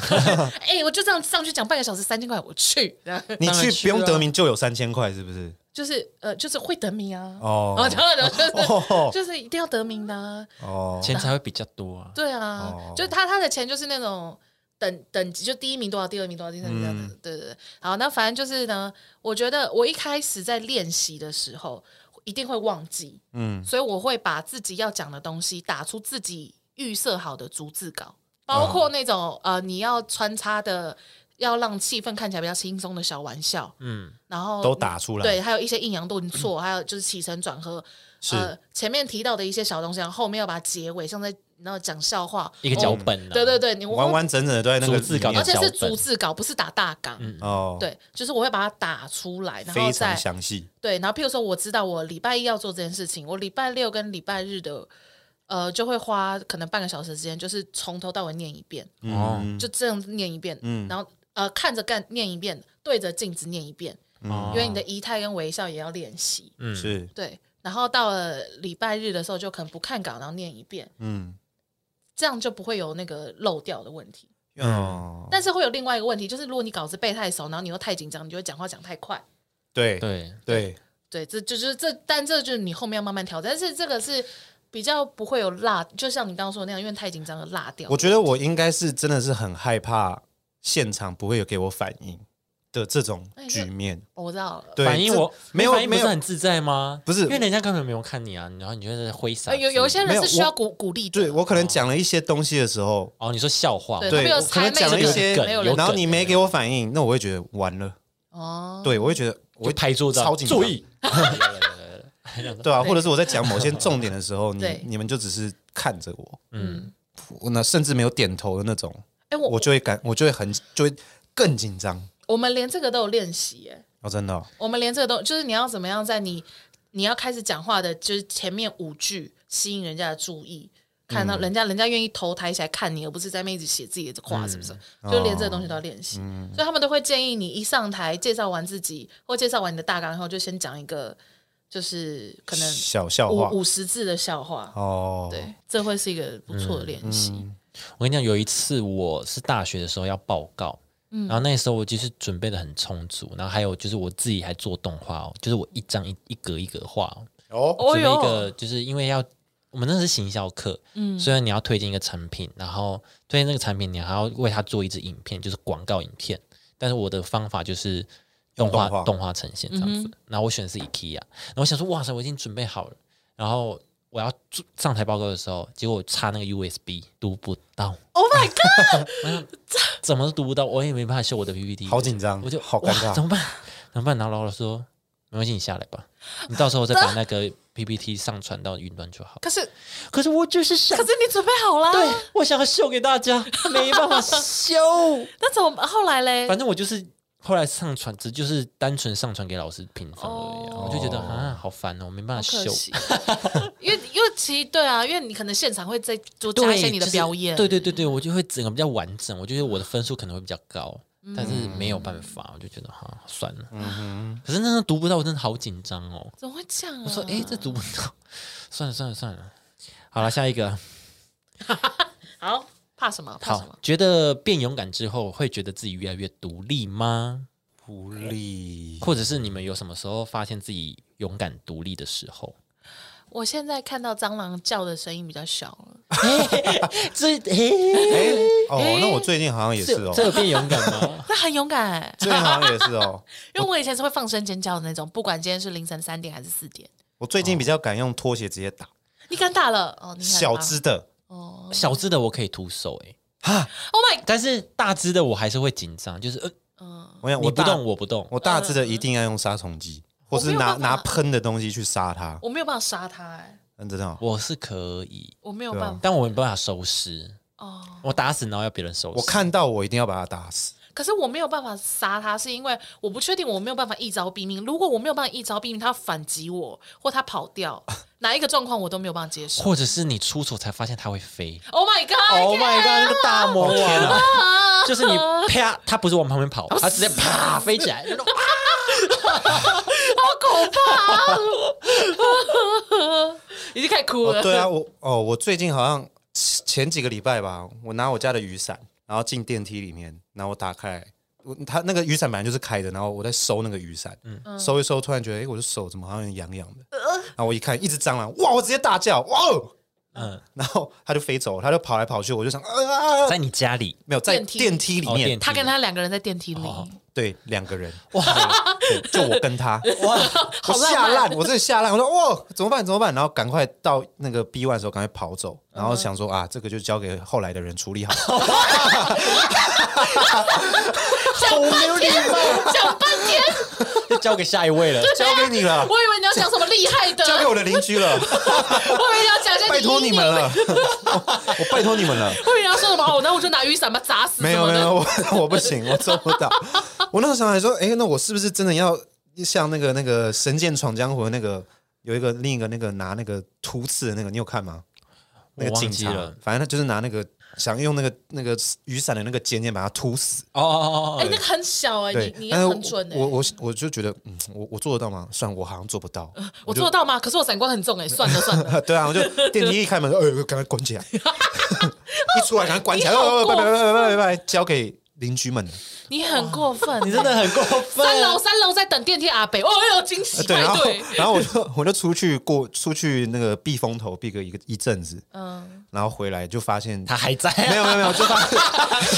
C: 哎、我就这样上去讲半个小时，三千块，我去。 这样
A: 你
B: 当然
A: 去
B: 去
A: 不用
B: 啊
A: 得名就有三千块，是不是？
C: 就是呃，就是会得名啊。
A: 哦
C: 然后然后就是、
A: 哦
C: 就是一定要得名的、啊。
A: 哦，
B: 钱才会比较多啊。
C: 对啊，
A: 哦
C: 就是他他的钱就是那种等等级，就第一名多少，第二名多少，第三名多少，
A: 嗯
C: 对对对。好，那反正就是呢，我觉得我一开始在练习的时候一定会忘记，
A: 嗯，
C: 所以我会把自己要讲的东西打出自己预设好的逐字稿，包括那种、
A: 哦
C: 呃你要穿插的。要让气氛看起来比较轻松的小玩笑，
B: 嗯，
C: 然后
A: 都打出来，
C: 对，，还有一些抑扬顿挫， 还有就是起承转合，
A: 是
C: 呃，前面提到的一些小东西，然后后面要把它结尾，像在然后讲笑话，
B: 一个脚本啊，
C: 哦对对对，你我
A: 完完整整的都在那个
B: 逐字稿
A: 里
C: 而
A: 面
C: 且
B: 脚
C: 是
B: 本
C: 逐字稿，不是打大纲。
A: 哦，，
C: 对，就是我会把它打出来，然后
A: 非常
C: 再
B: 哦
A: 详细，
C: 对，然后譬如说我知道我礼拜一要做这件事情，我礼拜六跟礼拜日的呃，就会花可能半个小时的时间，就是从头到尾念一遍，
A: 嗯
B: 哦
C: 就这样念一遍，然后呃看着干念一遍，对着镜子念一遍，
B: 哦
C: 因为你的仪态跟微笑也要练习，
B: 嗯
A: 嗯是
C: 对。然后到了礼拜日的时候，就可能不看稿，然后念一遍，
A: 嗯
C: 这样就不会有那个漏掉的问题。
A: 哦，
C: 但是会有另外一个问题，就是如果你稿子背太熟，然后你又太紧张，你就会讲话讲太快。
A: 对
B: 对
A: 对，
C: 对，这就就是这，但这就是你后面要慢慢调整。但是这个是比较不会有落，就像你刚刚说的那样，因为太紧张而落掉。
A: 我觉得我应该是真的是很害怕现场不会有给我反应的这种
C: 哎
A: 局面。
C: 哦我知道了，
A: 对，
B: 反应
A: 这
B: 我
A: 没有
B: 反应不
A: 没
B: 是
A: 有
B: 很自在吗？
A: 不是
B: 因为人家根本没有看你啊，然后你就在挥洒
C: 呃
B: 自己。
C: 有有一些
A: 没
C: 人
A: 有
C: 是需
A: 我
C: 要鼓鼓励的，
A: 对我可
B: 哦
A: 能讲了一些东西的时候，
B: 哦，你说笑话吗，
C: 对
A: 对
C: 他们有
A: 我可能
C: 猜
A: 讲了
C: 妹
A: 一
C: 子
A: 些
C: 梗没有人
A: 然后
B: 梗
A: 你没给我反应，那我会觉得完了，
C: 哦，
A: 对我会觉得我
B: 我
A: 会
B: 拍桌子啊，
A: 超紧张
B: 注意，
A: 对啊，
C: 对
A: 或者是我在讲某些重点的时 候，你
C: 对
A: 你们就只是看着我，
B: 嗯，
A: 我那甚至没有点头的那种，
C: 哎，
A: 我
C: 我
A: 就会感我就会很就会更紧张。
C: 我们连这个都有练习耶，
A: 哦，真的哦、
C: 我们连这个都就是你要怎么样在你你要开始讲话的，就是前面五句吸引人家的注意，看
B: 嗯
C: 到人家、人家愿意头抬起来看你，而不是在那一直写自己的话，是不是？
B: 嗯
C: 就连这个东西都要练
B: 哦
C: 习，所以他们都会建议你一上台介绍完自己或介绍完你的大纲后，就先讲一个就是可能
A: 小笑话
C: 五五十字的笑话，
A: 哦，
C: 对，这会是一个不错的练
B: 嗯
C: 习。
B: 我跟你讲，有一次我是大学的时候要报告，
C: 嗯
B: 然后那时候我就是准备的很充足，然后还有就是我自己还做动画哦，就是我一张一一格一格画哦，
A: 哦，
C: 哦
B: 准备一
C: 哟
B: 个，，就是因为要我们那是行销课，嗯，所以你要推荐一个产品，然后推荐这个产品，你还要为它做一支影片，就是广告影片。但是我的方法就是动画
A: 动画
B: 动画呈现这样
C: 嗯
B: 子，然后我选的是 IKEA，然后我想说哇塞，我已经准备好了，然后我要做上台报告的时候，结果我插那个 USB 读不到，Oh my god，怎么都读不到，我也没办法修我的 PPT，
A: 好紧张，
B: 我就
A: 好尴
B: 哇
A: 尬。
B: 怎么办？怎么办？然后老师说，没关系，你下来吧，你到时候再把那个 PPT 上传到云端就好。
C: 可是
B: 可是我就是想
C: 可，是啊你准备好啦，
B: 对我想要秀给大 家，没办法秀。
C: 那怎么后来嘞？
B: 反正我就是后来上传，只就是单纯上传给老师评分而已啊、
C: 哦
B: 我就觉得啊，好烦哦，我没办法
C: 好可
B: 秀。
C: 惜， 因为因为其实对啊，因为你可能现场会再多加
B: 对，
C: 一些你的
B: 就是
C: 表演，
B: 对对对对，我就会整个比较完整，我觉得我的分数可能会比较高，
C: 嗯
B: 但是没有办法，我就觉得哈、算了。可是那时候读不到，我真的好紧张哦。
C: 怎么会这样啊？
B: 我说：“哎、这读不到， 算了算了算了，好了，下一个。
C: 好，怕什么？怕什
B: 好
C: 么？，
B: 觉得变勇敢之后，会觉得自己越来越独立吗？
A: 狐狸，
B: 或者是你们有什么时候发现自己勇敢独立的时候？
C: 我现在看到蟑螂叫的声音比较小了，？
B: 这诶、
A: 哎，哦，那我最近好像也是
B: 这
A: 哦，
B: 这有变勇敢吗
C: 那很勇敢、欸，
A: 最近好像也是哦。
C: 因为我以前是会放声尖叫的那种，不管今天是凌晨三点还是四点，
A: 我最近比较敢用拖鞋直接打
C: 你敢打了哦，你很棒
A: 小只的，
C: 哦
B: 小只的我可以徒手诶、
C: ，Oh my，
B: 但是大只的我还是会紧张，就是呃，
C: 嗯，
A: 我想
B: 你
A: 我
B: 不
A: 大
B: 动，我不动，
A: 我大只的一定要用杀虫剂，或
C: 我
A: 是
C: 没有
A: 拿
C: 办法
A: 拿喷的东西去杀它。
C: 我没有办法杀它、哎，
A: 嗯，真的哦，
B: 我是可以，
C: 我没有
A: 啊
C: 办法、
B: 但我没办法收尸。
C: 哦，
B: 我打死然后要别人收尸，
A: 我看到我一定要把它打死。
C: 可是我没有办法杀它，是因为我不确定我没有办法一招毙命。如果我没有办法一招毙命，它反击我或它跑 掉，哪一个状况我都没有办法接受。
B: 或者是你出手才发现它会飞。
C: Oh my god！
B: Oh my god！那个大魔王
A: 天
B: 啊
A: 哪！
B: 就是你啪，它不是往旁边跑，它直接啪飞起来。
C: 啊 已经开始哭了。
A: 哦，对啊，我哦，我最近好像前几个礼拜吧，我拿我家的雨伞，然后进电梯里面，然后我打开，我它那个雨伞本来就是开的，然后我在收那个雨伞，
B: 嗯
C: 嗯
A: 收一收，突然觉得，哎，我的手怎么好像痒痒的？
C: 呃
A: 然后我一看，一只蟑螂，哇！我直接大叫，哇！哦！
B: 嗯，
A: 然后它就飞走了，它就跑来跑去，我就想，啊啊啊啊
B: 在你家里，
A: 没有在
C: 电梯
A: 电梯里
B: 哦
A: 面
B: 电，
C: 他跟他两个人在电梯里，
B: 哦
A: 对，两个人，
B: 哇，
A: 对就我跟 他，
B: 哇，
A: 我
C: 好浪
A: 吓
C: 漫
A: 烂，我真的吓烂，我说哇，怎么办？怎么办？然后赶快到那个 B one 的时候，赶快跑走，然后想说啊，这个就交给后来的人处理好。
C: 讲半天，讲半天，
B: 就交给下一位 了。
A: 交给你了，
C: 我以为你要讲什么厉害的，
A: 交给我的邻居了，
C: 我以为你要讲一些
A: 拜托你们
C: 了，
A: 了，我拜托你们了。
C: 我以为你要说什么，好，那我就拿雨伞把它砸死，
A: 没有没有，没有，我 我不行，我做不到。我那时候想来说，哎，那我是不是真的要像那个那个《神剑闯江湖》那个有一个另一个那个拿那个突刺的那个，你有看吗？那个
B: 我忘
A: 警
B: 记
A: 察
B: 了，
A: 反正他就是拿那个想用那个那个雨伞的那个尖尖把它突死。
B: 哦哦
C: 哎、那个很小哎、
A: 对
C: 你你，也
A: 但是
C: 很准哎、
A: 我我我就觉得，嗯，我我做得到吗？算我好像做不 到。
C: 我做得到吗？可是我闪光很重哎、算了算了，
A: 对啊，我就 电梯一开门，呃，赶快关起来，一出来赶快关起来，
C: 你好
A: 呃拜
C: 过
A: 拜
C: 分
A: 拜拜
C: 哦
A: 拜拜拜拜，交给邻居们。
C: 你很过分、
B: 你真的很过
C: 三楼
B: 分。
C: 三楼在等电梯阿北，哦哟惊喜
A: 呃对，
C: 派
A: 然后
C: 对，
A: 然后我就我就出去过出去那个避风头避个一个一阵子，
C: 嗯
A: 然后回来就发现
B: 他还在啊，
A: 没有没有没有，就 发现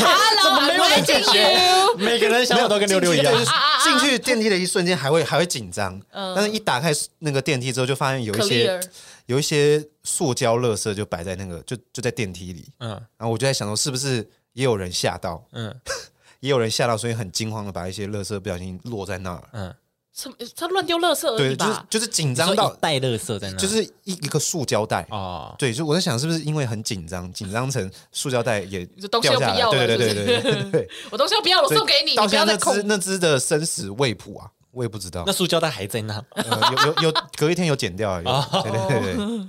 C: ，Hello，
B: 没有
C: I'm
B: 人解
C: waiting
B: 决
C: you。，
B: 每个人想法都跟六六一样
A: 对。就是进去电梯的一瞬间还会还会紧张，但是一打开那个电梯之后，就发现有一些
C: 嗯 Clear
A: 有一些塑胶垃圾就摆在那个就就在电梯里，
B: 嗯
A: 然后我就在想说，是不是也有人吓到，
B: 嗯
A: 也有人吓到，所以很惊慌的把一些垃圾不小心落在那儿，
B: 嗯，
C: 什么？他乱丢垃圾而已
A: 对，就是
C: 吧？
A: 就是紧
B: 然
A: 张
B: 后
A: 到
B: 一袋垃圾在那，
A: 就是一一个塑胶袋。
B: 哦，
A: 对，就我在想，是不是因为很紧张，紧张成塑胶袋也
C: 就东西
A: 掉
C: 都
A: 下
C: 不
A: 来？
C: 要了
A: 对对对
C: 是不
A: 对
C: 是
A: 对对对。
C: 我东西都不要了，我
A: 所以
C: 送给你，
A: 到
C: 你
A: 现
C: 不
A: 在
C: 要
A: 那
C: 再控
A: 只。那只的生死未卜啊，我也不知道
B: 那。塑胶袋还在那。
A: 呃有有有，隔一天有剪掉啊，
B: 哦
A: 有对对对对，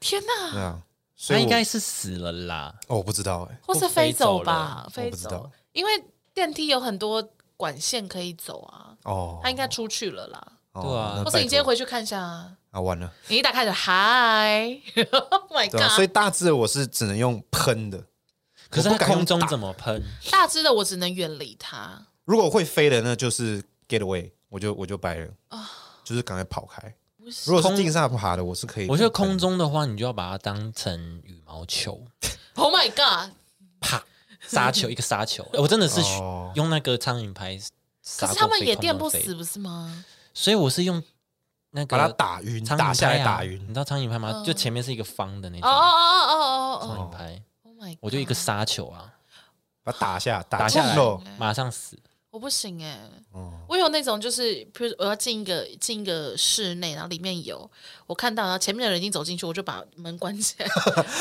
C: 天哪！
A: 对啊，所
B: 他
A: 以
B: 应
A: 我
B: 该是死了啦。
A: 哦，我不知道哎，
C: 或是
B: 都飞
C: 飞
B: 走
C: 走
B: 了
C: 吧，
A: 我
C: 飞
A: 不知道
C: 走，因为电梯有很多管线可以走啊，
A: 哦，
C: 他应该出去了啦。
A: 哦
B: 对啊
A: 那
C: 或是
A: 拜
C: 你今天
A: 托
C: 回去看一下啊，
A: 啊完了，
C: 你一打开就嗨 ，Oh my
A: 对啊，所以
C: god！
A: 大致我是只能用喷的，
B: 可是
A: 我
B: 它
A: 不敢用
B: 空中
A: 打
B: 怎么喷？
C: 大只的我只能远离他，
A: 如果会飞的那就是 get away，我就我就掰了
C: 啊
A: 就是赶快跑开。如果是地上爬的，我是可以。
B: 我觉得空中的话，你就要把它当成羽毛球，
C: ，Oh my god！
B: 啪，杀球一个杀球。哎我真的是
A: 哦
B: 用那个苍蝇拍杀
C: 可
B: 过
C: 是
B: 飞。
C: 他们也电
B: 空
C: 不
B: 中飞
C: 死，不是吗？
B: 所以我是用那
A: 把它
B: 个
A: 打晕，
B: 苍
A: 打
B: 蝇
A: 下
B: 拍
A: 来
B: 啊
A: 打
B: 你
A: 晕
B: 知。道苍蝇拍吗？
C: 嗯
B: 就前面是一个方的那
C: 哦
B: 种
C: 哦哦哦
B: 苍
C: 哦哦
B: 蝇拍，
C: ，Oh my！
B: 我就一个
C: god
B: 杀球啊，
A: 把它哦打下，
B: 打下来
C: 哦
A: 中了
B: 马上死。
C: 我不行哎、
A: 哦
C: 我有那种就是，比如我要进一个进一个室内，然后里面有我看到，然后前面的人已经走进去，我就把门关起来，。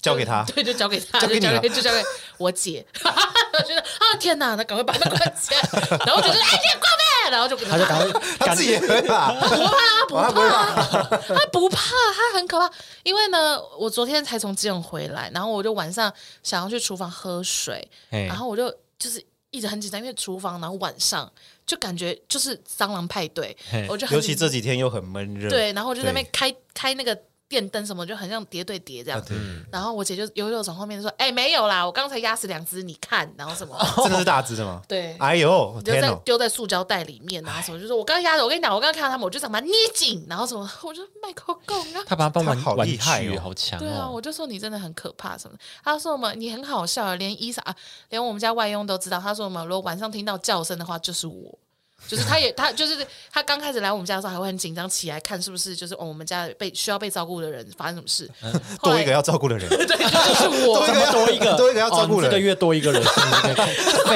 A: 交给他
C: 对，就交给他，
A: 交给
C: 就
A: 你
C: 交
A: 了
C: 给就交给我姐。 我觉得啊天哪，那赶快把门关起来， 然后我姐就哎你也关呗，然后就给
B: 他就赶快
A: 他
B: 赶
A: 自己也会 打，
C: 不怕，啊不
A: 他不会
C: 怕， 他不怕，他很可怕。因为呢，我昨天才从基隆回来，然后我就晚上想要去厨房喝水，
B: 嘿
C: 然后我就就是一直很紧张，因为厨房，然后晚上就感觉就是蟑螂派对
B: 嘿，
C: 我就很
A: 尤其这几天又很闷热。
C: 对，然后我就在那边
A: 对啊
C: 开开那个电灯什么，就很像叠对叠这样。
A: 对
B: 嗯
C: 然后我姐就悠悠从后面就说：“哎、没有啦，我刚才压死两只，你看。”然后什么，
A: 真的是大只的吗？
C: 对
A: 哎呦，
C: 就
A: 哦天
C: 在
A: 哪！哎
C: 丢在塑胶袋里面，然后什么，就说我刚刚压的，我跟你讲，我刚刚看到他们，我就想把它捏紧，然后什么，我就麦克供啊。
B: 他把它帮
A: 他
B: 玩
A: 好
B: 玩
A: 厉害
B: 具
A: 哦
B: 好强
C: 对啊，
B: 哦。
C: 我就说你真的很可怕什么的。他说我们你很好笑啊，连伊莎、啊，连我们家外佣都知道。他说我们如果晚上听到叫声的话，就是我，就是他也他就是他刚开始来我们家的时候还会很紧张，起来看是不是就是、哦、我们家被需要被照顾的人发生什么事，后
A: 嗯多
C: 来
A: 一个要照顾的人，
C: 对，就是我，
A: 多一个要
B: 多一个
A: 多一个要
B: 哦
A: 照顾
B: 你这个
A: 人
B: 月多一个人，是不是可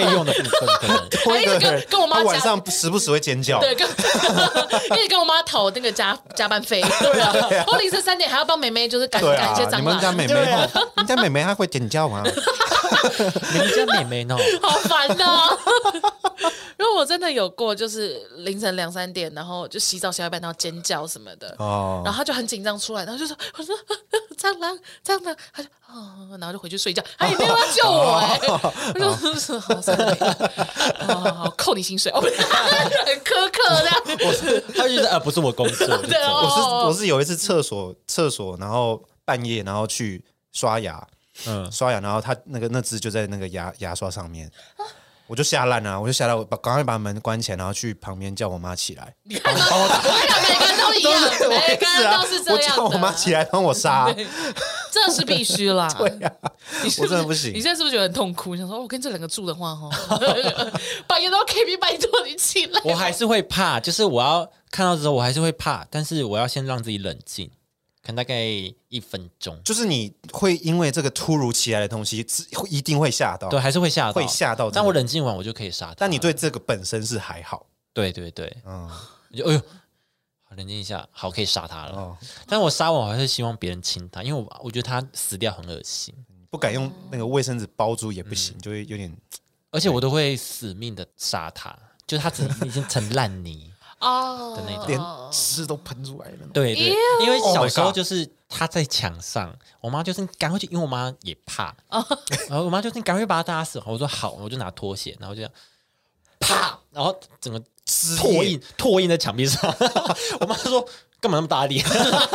B: 以费用的部分可能。
A: 多一个
C: 他一直
A: 人
C: 跟跟我妈
A: 他
C: 讲
A: 晚上时不时会尖叫。
C: 对，跟 一直跟我妈讨那个加加班费，对啊，我凌晨三点还要帮妹妹就是 赶
A: 对
C: 赶一些
A: 啊，
C: 蟑
A: 你们家
C: 螂，
A: 妹妹哦， 你们家妹妹她会尖叫吗？
B: 你们家妹妹呢？
C: 好烦呐、 因为我真的有过，就是凌晨两三点，然后就洗澡洗到一半，然后尖叫什么的，
A: 哦
C: 然，后他就很紧张出来，然后就说：“ 我说蟑螂，蟑螂。”他就哦，然后就回去睡觉，他也没有要救我哎、
A: 哦
C: 我就好算了，哦，好扣你薪水，哦， 不是很苛刻的。
B: 我是他就觉得啊，不是我工作，我就
C: 对
B: 走
A: 我
C: 哦
A: 是我是有一次厕所厕所，然后半夜然后去刷牙
B: 嗯，
A: 刷牙，然后她那个那只就在那个牙牙刷上面，
C: 啊
A: 我就吓烂了，我就吓到我把赶快把门关起来，然后去旁边叫我妈起来，
C: 你看吗？我跟你讲，每个人都一样，
A: 我
C: 每
A: 也
C: 个
A: 哦是
C: 人
A: 啊
C: 都是，
A: 我
C: 这样
A: 叫
C: 的。
A: 我妈起来帮我杀，
C: 这是必须 啦。对呀、
A: 我真的不行
C: 你现在是不是觉得很痛苦？你想说，我跟这两个住的话， 哦，半夜都 K B 拜托你起来。
B: 我还是会怕，就是我要看到之后，我还是会怕，但是我要先让自己冷静，可能大概一分钟，
A: 就是你会因为这个突如其来的东西，自会一定会吓到
B: 对，，还是会吓到，
A: 哦会吓到真的
B: 但我冷静完，我就可以杀他。
A: 但你对这个本身是还好，
B: 对对对，
A: 嗯，
B: 我就哎呦，好冷静一下，好，可以杀他了。
A: 哦
B: 但我杀完，我还是希望别人亲他，因为我我觉得他死掉很恶心，
A: 不敢用那个卫生纸包住也不
C: 嗯
A: 行，就会有点
B: 而且我都会死命的杀他，就他只已经成烂泥。
C: 哦
B: 的那种哦
A: 连汁都喷出来了。Oh
B: 对对，因为小时候就是他在墙上，我妈就是你赶快去，因为我妈也怕，然后我妈就是你赶快去把它打死。我说好，我就拿拖鞋，然后就这样啪，然后整个唾
A: 液
B: 印唾印在墙壁上。 我妈说干嘛那么大力？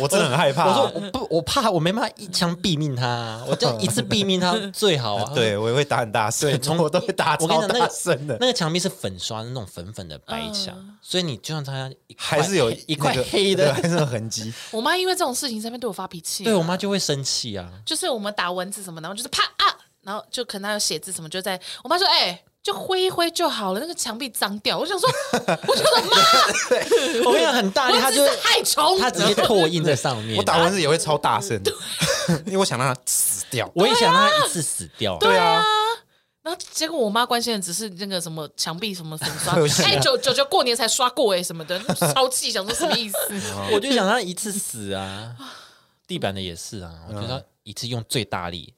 A: 我真的很害怕
B: 我
A: 啊、。
B: 说我不，我怕我没办法一枪毙命他啊，我就一次毙命他最好 啊
A: 对我也会打很大声，
B: 对从
A: 我都会打
B: 我跟
A: 超
B: 你讲，那
A: 大
B: 个
A: 声的。
B: 那个墙壁是粉刷那种粉粉的白墙，所以你就算它一块
A: 还是有
B: 黑一块
A: 那个
B: 黑
A: 对
B: 的，
A: 还是有痕 迹。
C: 我妈因为这种事情在那边对我发脾气，啊
B: 对我妈就会生气啊。
C: 就是我们打蚊子什么，然后就是啪啊，然后就可能她有写字什么，就在我妈说，哎、就挥一挥就好了，那个墙壁脏掉。我想说， 我就说妈，
B: 我跟你讲，很大力，
C: 我
B: 她
C: 只
B: 就是
C: 害虫，
B: 她直接唾印在上面。
A: 我打蚊子也会超大声， 因为我想让它死掉。
B: 我也想让她一次死掉。
A: 对啊，
C: 然后结果我妈关心的只是那个什么墙壁什么 粉刷
A: 会有，血
C: 哎，九九九过年才刷过哎、什么的，超气，想说什么意 思？
B: 我就想让她一次死啊。地板的也是啊，我觉得她一次用最大力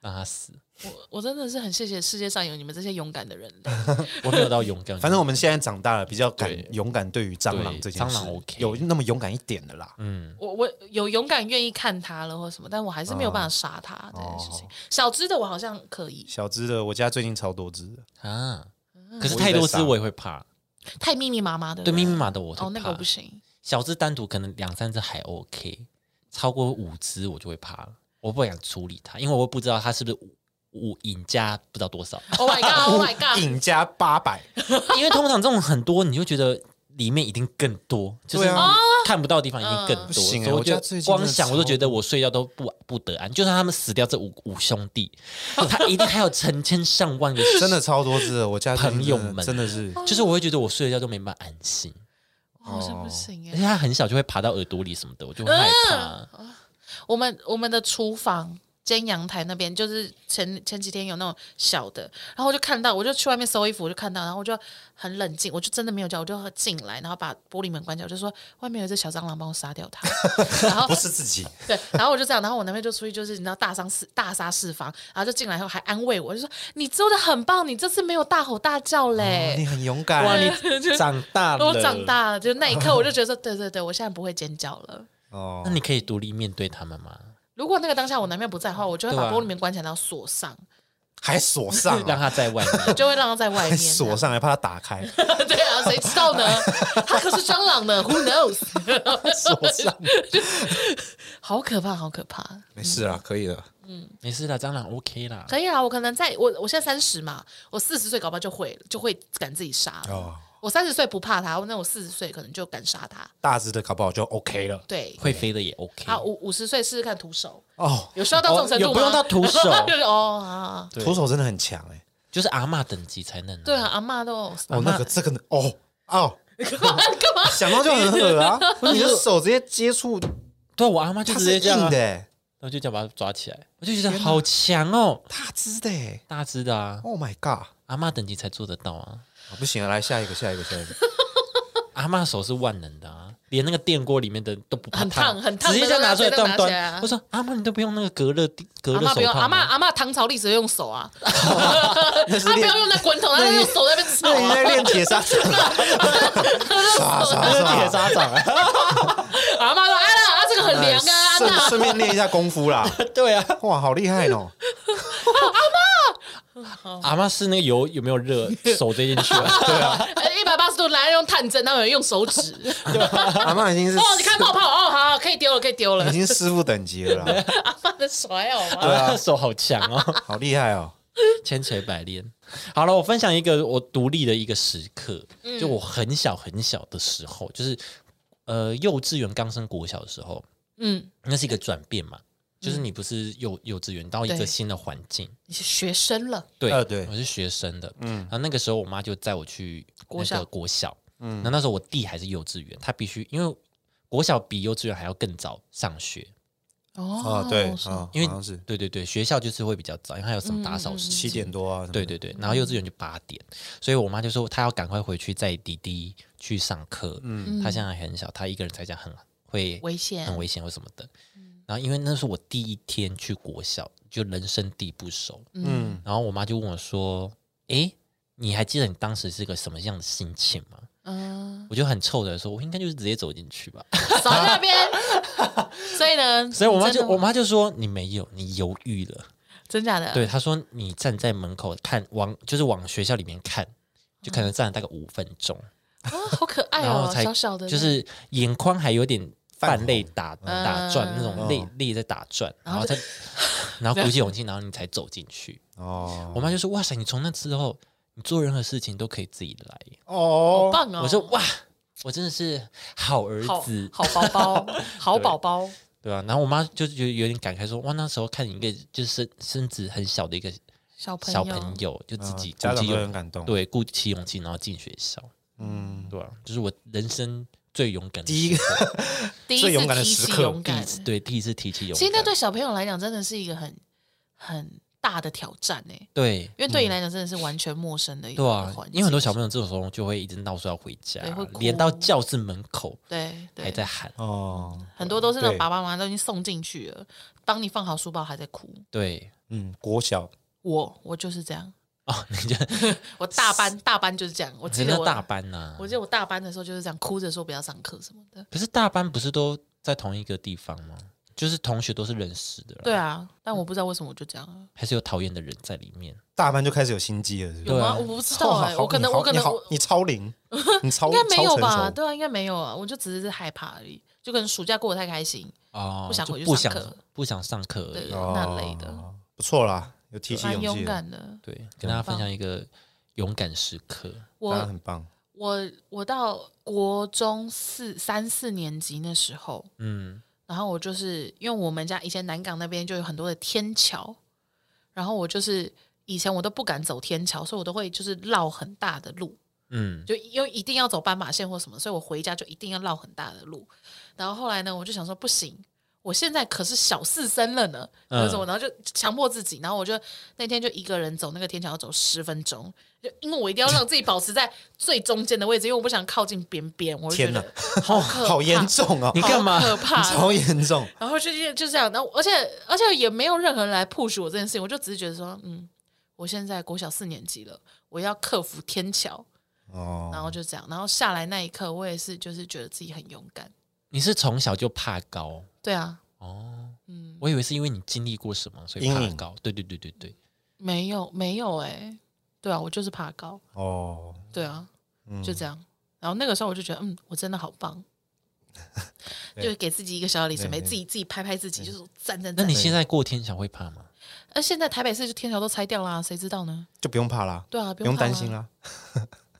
B: 让她死。
C: 我我真的是很谢谢世界上有你们这些勇敢的人类。
B: 我没有到勇敢，
A: 反正我们现在长大了，比较敢
B: 对
A: 勇敢对于蟑螂
B: 对
A: 这件事，
B: 蟑螂 OK 嗯
A: 有那么勇敢一点的啦。
C: 我我有勇敢愿意看他了或什么，但我还是没有办法杀他这件事
B: 哦
C: 情。小只的我好像可以，
A: 小只的，我家最近超多只的，
B: 啊，可是太多只我也会怕。
C: 太密密麻麻的了。
B: 对密密麻的我
C: 哦
B: 会，
C: 那个
B: 怕
C: 我不，行。
B: 小只单独可能两三只还 OK，超过五只我就会怕了，我不敢处理它，因为我不知道它是不是五五引加不知道多少，
C: Oh my god! Oh my god!
A: 引加哦八 百，
B: 因为通常这种很多你就觉得。里面一定更多，就是
A: 对啊
C: 哦
B: 看不到的地方一定更
C: 嗯
A: 不
B: 多，
A: 行欸
B: 所以
A: 我
B: 我
A: 家
B: 就
A: 最近真的
B: 光想我都觉得我睡觉都不不得安。就算他们死掉这五五兄弟，他一定还有成千上万个
A: 真的超多只的。我家最近
B: 朋友们
A: 真的真 的是，
B: 就是我会觉得我睡觉都没办法安心，
C: 我好像不行
B: 而
C: 哎。
B: 且它很小就会爬到耳朵里什么的，我就会害
C: 嗯
B: 怕。
C: 我们我们的厨房。煎阳台那边就是前前几天有那种小的，然后我就看到，我就去外面搜衣服，我就看到，然后我就很冷静，我就真的没有叫，我就进来，然后把玻璃门关起来，我就说外面有一只小蟑螂，帮我杀掉它。然后
A: 不是自己，
C: 对，然后我就这样，然后我男朋友就出去，就是你知道大伤四大杀四方，然后就进来以后还安慰我，就说你做的很棒，你这次没有大吼大叫嘞。
A: 哦你很勇
B: 哇，
A: 敢
B: 你长大了，
C: 我长。大了，就那一刻我就觉得说，对对对，我现在不会尖叫了。
A: 哦
B: 那。你可以独立面对他们吗？
C: 如果那个当下我男朋友不在的话，我就会
B: 对
C: 把
B: 啊
C: 玻璃门关起来，然后锁上，，
A: 还锁上
B: 让
A: 啊，
B: 他在外面
C: 就会让他在外
A: 还
C: 面
A: 锁。上，还怕它打开，
C: 对啊，谁知道呢？他可是蟑螂呢，Who knows？
A: 锁上，
C: 好可怕，好可怕。
A: 没事啦，可以的。
B: 没事啦，蟑螂 OK 啦。
C: 可以啊，我可能在我我现在三十嘛，我四十岁搞不好就会就会敢自己杀了。
A: 哦
C: 我三十岁不怕他，那我四十岁可能就敢杀他。
A: 大只的搞不好就 OK 了。
C: 对，
B: 会飞的也 OK，
C: 好五五十岁试试看徒手，
A: 哦，
C: 有需要到这种程度
B: 哦也
C: 吗？
B: 不用到徒手
C: 就是 哦啊，
B: 对
A: 徒手真的很强哎。
B: 就是阿嬷等级才能、啊。
C: 对啊，，阿妈都
A: 哦，那个这个哦哦，
C: 干嘛 干嘛？
A: 想到就很恶 啊！你的手直接接触，
B: 对我阿妈就
A: 它
B: 直
A: 是
B: 接这样、
A: 硬
B: 啊，
A: 的
B: 然
A: 欸，
B: 后就这样把它抓起来，我就觉得好强哦，
A: 大只的欸。
B: 大只的啊，
A: Oh my god！
B: 阿嬷等级才做得到啊，
A: 啊不行了，来下一个，下一个，下一个。
B: 阿嬷手是万能的啊，连那个电锅里面的都不怕
C: 很烫很烫
B: 直接这样拿出来
C: 的东西
B: 端
C: 都拿起来啊
B: 端。我说阿嬷，你都不用那个隔热隔
C: 阿
B: 热
C: 妈
B: 手
C: 不用，阿
B: 套
C: 妈
B: 吗？
C: 阿妈唐朝历史用 手啊，
A: 那是
C: 她不
A: 练
C: 要用那滚筒，她就用手在那边炒
A: 那你
C: 啊。
A: 在练铁砂掌啊？ 刷刷
B: 铁
A: 刷！
B: 砂掌啊，
C: 阿妈说：“哎呀，啊这个很凉啊，
A: 哎
C: 阿
A: 顺
C: 娜。
A: 顺便练一下功夫 啦！
B: 对啊，
A: 哇，好厉害哦！
C: 哦
B: 阿妈是那个油有没有 热，手直接进去了。对啊，
C: 哎，一百八十度来用探针，他们用手指。
A: 阿妈已经是
C: 哦，你看冒泡，哦，好，可以丢了，可以丢了
B: 嗯
A: 已。经师傅等级了啦，
C: 阿 妈的手还好吗？
B: 对啊， 手好强哦，
A: 好厉害哦！
B: 千锤百炼。好了，我分享一个我独立的一个时刻，
C: 嗯
B: 就我很小很小的时候，就是呃幼稚园刚升国小的时候，
C: 嗯，
B: 那是一个转变嘛，就是你不是幼幼稚园到一
C: 对
B: 个新的环境，
C: 你是学生了，
B: 对，
A: 呃对
B: 我是学生的，嗯，然后那个时候我妈就载我去
C: 国
B: 那
C: 小
B: 个国小，嗯，那那时候我弟还是幼稚园，他必须因为国小比幼稚园还要更早上学，
A: 哦
C: 哦，
A: 对
C: 是
A: 啊，
B: 因为
A: 好像是
B: 对对对，学校就是会比较早，因为还有什么
C: 嗯
B: 打扫时
A: 七
B: 间，
A: 点多啊，什么
B: 对对对，然后幼稚园就八点，所以我妈就说她要赶快回去载弟弟去上课，嗯，他现在还很小，他一个人在家很会
C: 危险嗯
B: 很危险或什么的。然后因为那是我第一天去国小，就人生地不熟，
A: 嗯
B: 然后我妈就问我说：“诶，你还记得你当时是个什么样的心情吗？”
C: 嗯，
B: 我就很臭的说，我应该就是直接走进去吧。
C: 扫在那 边。所以呢，
B: 所以我妈
C: 啊真
B: 就
C: 的
B: 我妈就说你没有，你犹豫了。
C: 真假的，
B: 对，她说你站在门口看往就是往学校里面看，就可能站了大概五分钟，
C: 啊，好可爱
B: 然后
C: 哦，
B: 才
C: 小小的，
B: 就是眼眶还有点
A: 泛嗯
B: 泛泪打
C: 嗯
B: 打转那种泪泪在打转，然后她然后鼓起勇气，然后你才走进去。
A: 哦
B: 我妈就说哇塞，你从那之后你做任何事情都可以自己来。
C: 好
A: 哦，
C: 棒哦。
B: 我说哇，我真的是好儿
C: 好
B: 子，
C: 好 宝宝，好宝宝，
B: 对吧、然后我妈就觉得有点感慨说，哇，那时候看一个就是身身子很小的一个
C: 小朋
B: 小
C: 友，
B: 朋友，就自己
A: 嗯家
B: 鼓
A: 长
B: 起
A: 都很
B: 勇
A: 感动。，
B: 对鼓起勇气，然后进学校，
A: 嗯，
B: 对吧、啊就是我人生最勇敢的
A: 第一
B: 时刻
C: 第一
A: 最勇
C: 次
A: 敢的
C: 提
A: 时
C: 起
A: 刻
C: 勇
B: 第一
C: 敢，
B: 次对第一次提起勇敢，
C: 其实那对小朋友来讲真的是一个很很大的挑战呢、
B: 对，
C: 因为对你来讲真的是完全陌生的一
B: 对
C: 个
B: 啊
C: 环境、，
B: 因为很多小朋友这种时候就会一直闹说要回家
C: 对会，哭
B: 连到教室门口
C: 对
B: 还
C: 对，
B: 在喊，
A: 哦，
C: 很多都是那种
A: 对
C: 爸爸妈妈都已经送进去了，当你放好书包还在哭。
B: 对
A: 嗯，国小
C: 我我就是这样，
B: 哦，你就
C: 我大班大班就是这样，我记
B: 人家
C: 得我
B: 大，班呐、
C: 我记得我大班的时候就是这样，哭着说不要上课什么的。
B: 可是大班不是都在同一个地方吗？就是同学都是认识的啦，
C: 对啊，但我不知道为什么我就这样了，
B: 还是有讨厌的人在里面。
A: 大班就开始有心机了，是不是？
C: 有
B: 对
C: 吗？
B: 啊
C: 我不知
A: 哦
C: 道
A: 好
C: 哎、
A: 好
C: 我可能
A: 你好
C: 我可能
A: 你好
C: 我
A: 你超 龄，你超
C: 应该没有
A: 超
C: 吧？
A: 成熟
C: 对啊，应该没有啊，我就只是害怕而已，就可能暑假过得太开心，
B: 哦，
C: 不想
B: 就
C: 回去
B: 不
C: 上
B: 想
C: 课
B: 不想上课而
C: 对
B: 已。
C: 那类啊的，
A: 哦不错啦，有提哦起
C: 蛮
A: 勇
C: 勇
A: 气了，
C: 敢的。
B: 对，跟大家分享一个勇敢时刻。
A: 大家
C: 我
A: 很棒。
C: 我我到国中四三四年级那时候，
B: 嗯，
C: 然后我就是因为我们家以前南港那边就有很多的天桥，然后我就是以前我都不敢走天桥，所以我都会就是绕很大的路，
B: 嗯，
C: 就因为一定要走斑马线或什么，所以我回家就一定要绕很大的路。然后后来呢，我就想说不行，我现在可是小四生了呢，
B: 嗯
C: 那什么，然后就强迫自己，然后我就那天就一个人走那个天桥，要走十分钟，就因为我一定要让自己保持在最中间的位置，因为我不想靠近边边，我就觉
A: 天
C: 得
A: 哪
C: 好可怕
A: 好严，重哦
B: 你，干嘛
C: 好可怕，
A: 超严重。
C: 然后就是就这样，然后而且而且也没有任何人来 push 我这件事情，我就只是觉得说，嗯，我现在国小四年级了，我要克服天桥，然
A: 哦，
C: 后就这样，然后下来那一刻，我也是就是觉得自己很勇敢，
B: 你是从小就怕高
C: 对啊，
B: 哦？
C: 嗯，
B: 我以为是因为你经历过什么，所以
A: 阴
B: 怕
A: 影
B: 高。对对对对对，
C: 没有没有哎、对啊，我就是怕高，
A: 哦，
C: 对啊，
A: 嗯
C: 就这样，然后那个时候我就觉得，嗯，我真的好 棒。
A: 对
C: 就是给自己一个小里程碑，
A: 对对
C: 自己自己拍拍自己，就是赞赞
B: 那
C: 赞
B: 你。现在过天桥会怕吗？
C: 那现在台北市就天桥都拆掉啦，谁知道呢？
A: 就不用怕啦，
C: 对啊，不
A: 不用
C: 怕
A: 担
C: 啊
A: 心。啦。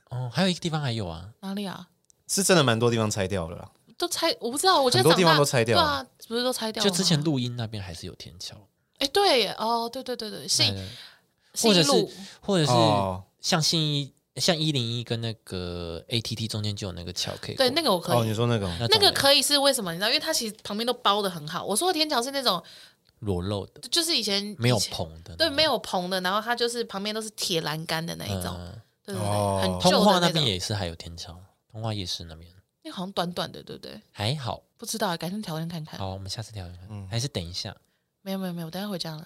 B: 哦，还有一个地方还有啊，
C: 哪里啊？
A: 是真的蛮多地方拆掉了啦。
C: 都拆，我不知道，我觉得
A: 很多地
C: 长大
A: 方都拆掉
C: 对
A: 了
C: 啊，不是都拆掉了
B: 就
C: 吗？
B: 之前录音那边还是有天桥，
C: 哎，对耶哦，对对对对，信
B: 对
C: 信义
B: 或者
C: 路
B: 是或者是
A: 哦
B: 像信一、像一零一跟那个 ATT 中间就有那个桥可以过。
C: 对那个我
A: 哦，
C: 可
A: 你
C: 以，
A: 说 那个
B: 那
C: 那
B: 种
C: 个
B: 的
C: 可以是为什么？你知道，因为它其实旁边都包的很好。我说的天桥是那种，
B: 裸露的，
C: 就是以前
B: 没有
C: 以前
B: 棚的，
C: 对没有棚的，然后它就是旁边都是铁栏杆的那一种，
B: 嗯
C: 对对
A: 哦
C: 对，很旧
B: 通化
C: 的
B: 那
C: 种
B: 边。也是还有天桥，通化夜市那边
C: 那好像短短的，对不对？
B: 还好。
C: 不知道，改天条件看看。
B: 好，我们下次聊一
A: 嗯
B: 看，还是等一下。
C: 没有没有没有，我等一下回家了。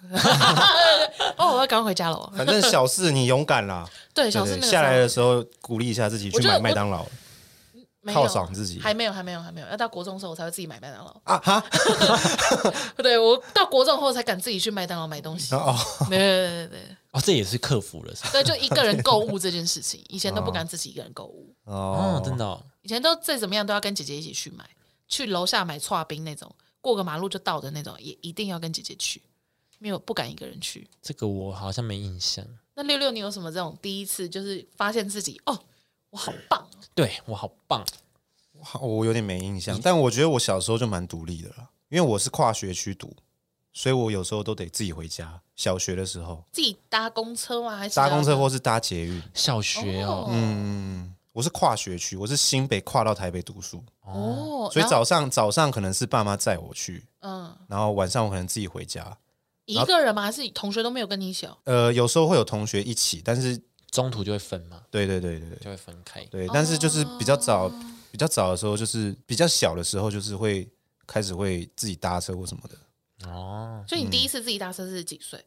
C: 哦，我要赶快回家了哦。
A: 反正小事你勇敢啦，
C: 对，
A: 对
C: 小
A: 不
C: 四
A: 对
C: 那个
A: 下来
C: 时
A: 的
C: 候
A: 时候鼓励一下自己
C: 我
A: 去
C: 觉得
A: 买麦
C: 我
A: 当劳
C: 没有
A: 犒赏自己
C: 还没有还没有还没有，要到国中的时候我才会自己买麦当劳。
A: 啊哈
C: 对我到国中后才敢自己去麦当劳买东西，
A: 哦，
C: 对对对对
B: 哦，这也是克服了，是吧
C: 对，对就一个人购物这件事情，以前都不敢自己一个人购物，
A: 哦
B: 哦，，真的哦，
C: 以前都再怎么样都要跟姐姐一起去买，去楼下买刨冰那种，过个马路就到的那种，也一定要跟姐姐去，没有不敢一个人去。
B: 这个我好像没印象。
C: 那六六，你有什么这种第一次就是发现自己哦，我好棒哦，
B: 对我好棒，
A: 好哦我有点没印
C: 嗯
A: 象，但我觉得我小时候就蛮独立的啦，因为我是跨学区读，所以我有时候都得自己回家。小学的时候
C: 自己搭公车吗？还是
A: 搭公车或是搭捷运，
B: 小学哦，
C: 嗯
A: 我是跨学区，我是新北跨到台北读书，
C: 哦，
A: 所以
C: 然后
A: 早上早上可能是爸妈载我去，
C: 嗯
A: 然后晚上我可能自己回家。
C: 一个人吗？还是同学都没有跟你一起哦？
A: 呃，有时候会有同学一起，但是
B: 中途就会分嘛，
A: 对对对对对
B: 就会分开。
A: 对，但是就是比较早、
B: 哦
A: 比较早的时候，就是比较小的时候，就是会开始会自己搭车或什么的，
B: 哦，
A: 嗯
C: 所以你第一次自己搭车是几岁？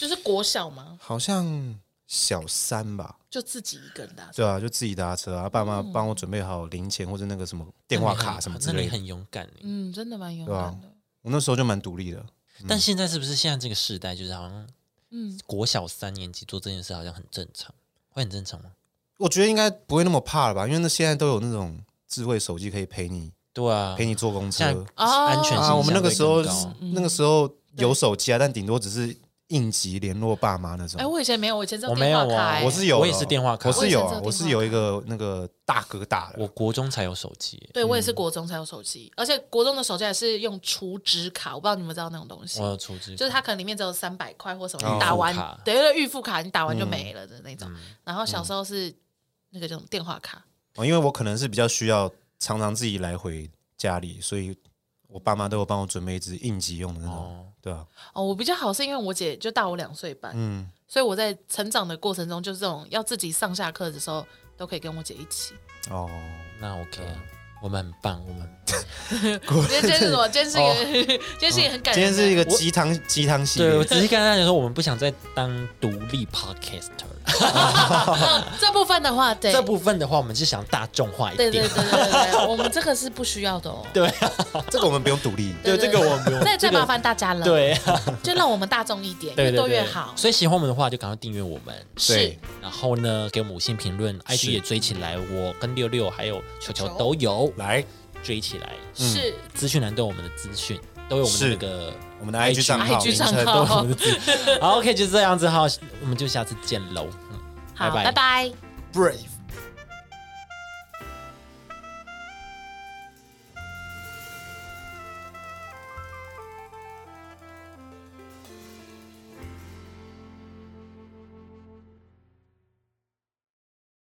C: 就是国小吗？
A: 好像小三吧，
C: 就自己一个人搭车。
A: 对啊，就自己搭车啊，爸妈帮我准备好零钱或者那个什么电话卡什么之
B: 那
A: 类
B: 嗯你
A: 的。
B: 很勇敢耶、欸
C: 嗯，真的蛮勇
A: 对啊
C: 敢的。
A: 我那时候就蛮独立的，
B: 但现在是不是现在这个时代，就是好像
C: 嗯，
B: 国小三年级做这件事好像很正常，会很正常吗？
A: 我觉得应该不会那么怕了吧，因为那现在都有那种智慧手机可以陪你
B: 对啊，
A: 陪你坐公
B: 现
A: 车
B: 在安全性
A: 啊。我们那个时候
B: 相对更高嗯
A: 那个时候有手机啊，但顶多只是应急联络爸妈那种
C: 哎，。我以前没有，我以前只
B: 我没有
C: 电话卡
B: 啊
C: 欸
A: 我是有的哦，
B: 我也是电话卡
A: 我是有
C: 我也
A: 啊，
C: 是
A: 我是有一个那个大哥大的，
B: 我国中才有手机耶、
C: 对我也是国中才有手机，而且国中的手机还是用储值卡，我不知道你们知道那种东西
B: 我，有储值卡，
C: 就是它可能里面只有三百块或什么，
A: 哦
C: 你打完
B: 预付卡
C: 对对预付卡，你打完就没了的那种。然后小时候是那个叫什么电话卡，
A: 哦因为我可能是比较需要常常自己来回家里，所以我爸妈都有帮我准备一支应急用的那种
B: 哦，
A: 对啊，
C: 哦，我比较好是因为我姐就大我两岁半，
A: 嗯，
C: 所以我在成长的过程中，就是这种要自己上下课的时候，都可以跟我姐一起。
A: 哦，
B: 那 OK 啊，我们很棒，我们很棒
C: 今天今天是什么？今天是一个， 今天是一个很感
A: 今
C: 人
A: 天
C: 的。
A: 是一个鸡汤鸡汤系
B: 对
A: 列，
B: 我只是跟 大家说，我们不想再当独立 podcaster 了。
C: 嗯这部分的话，对
B: 这部分的话，我们是想大众化一
C: 对
B: 点。
C: 对对对对，对我们这个是不需要的哦。对
A: 这个我们不用独立，
B: 对这个我们不用
C: 那
B: 这
C: 再
B: 个
C: 麻烦大家 了。，
B: 对啊
C: 就让我们大众一点，
B: 对
C: 越
B: 对
C: 多
B: 对
C: 越好。
B: 所以喜欢我们的话，就赶快订阅我们。
C: 是
A: 对，
B: 然后呢，给我们五星评论，IG
A: 是
B: 也追起来，我跟六六还有球球
C: 球
B: 都有
A: 来
B: 追起来。
C: 是，
B: 资讯栏都有我们的资讯，都有我们的
A: 是
B: 那个。
A: 我们的 IG 账号
C: IG
A: 名
C: 账
A: 称
C: 号
A: 都
B: 我们的资 好，OK，就这样子哈，我们就下次见喽。嗯
C: 好，
B: 拜拜
C: 拜拜。
A: brave。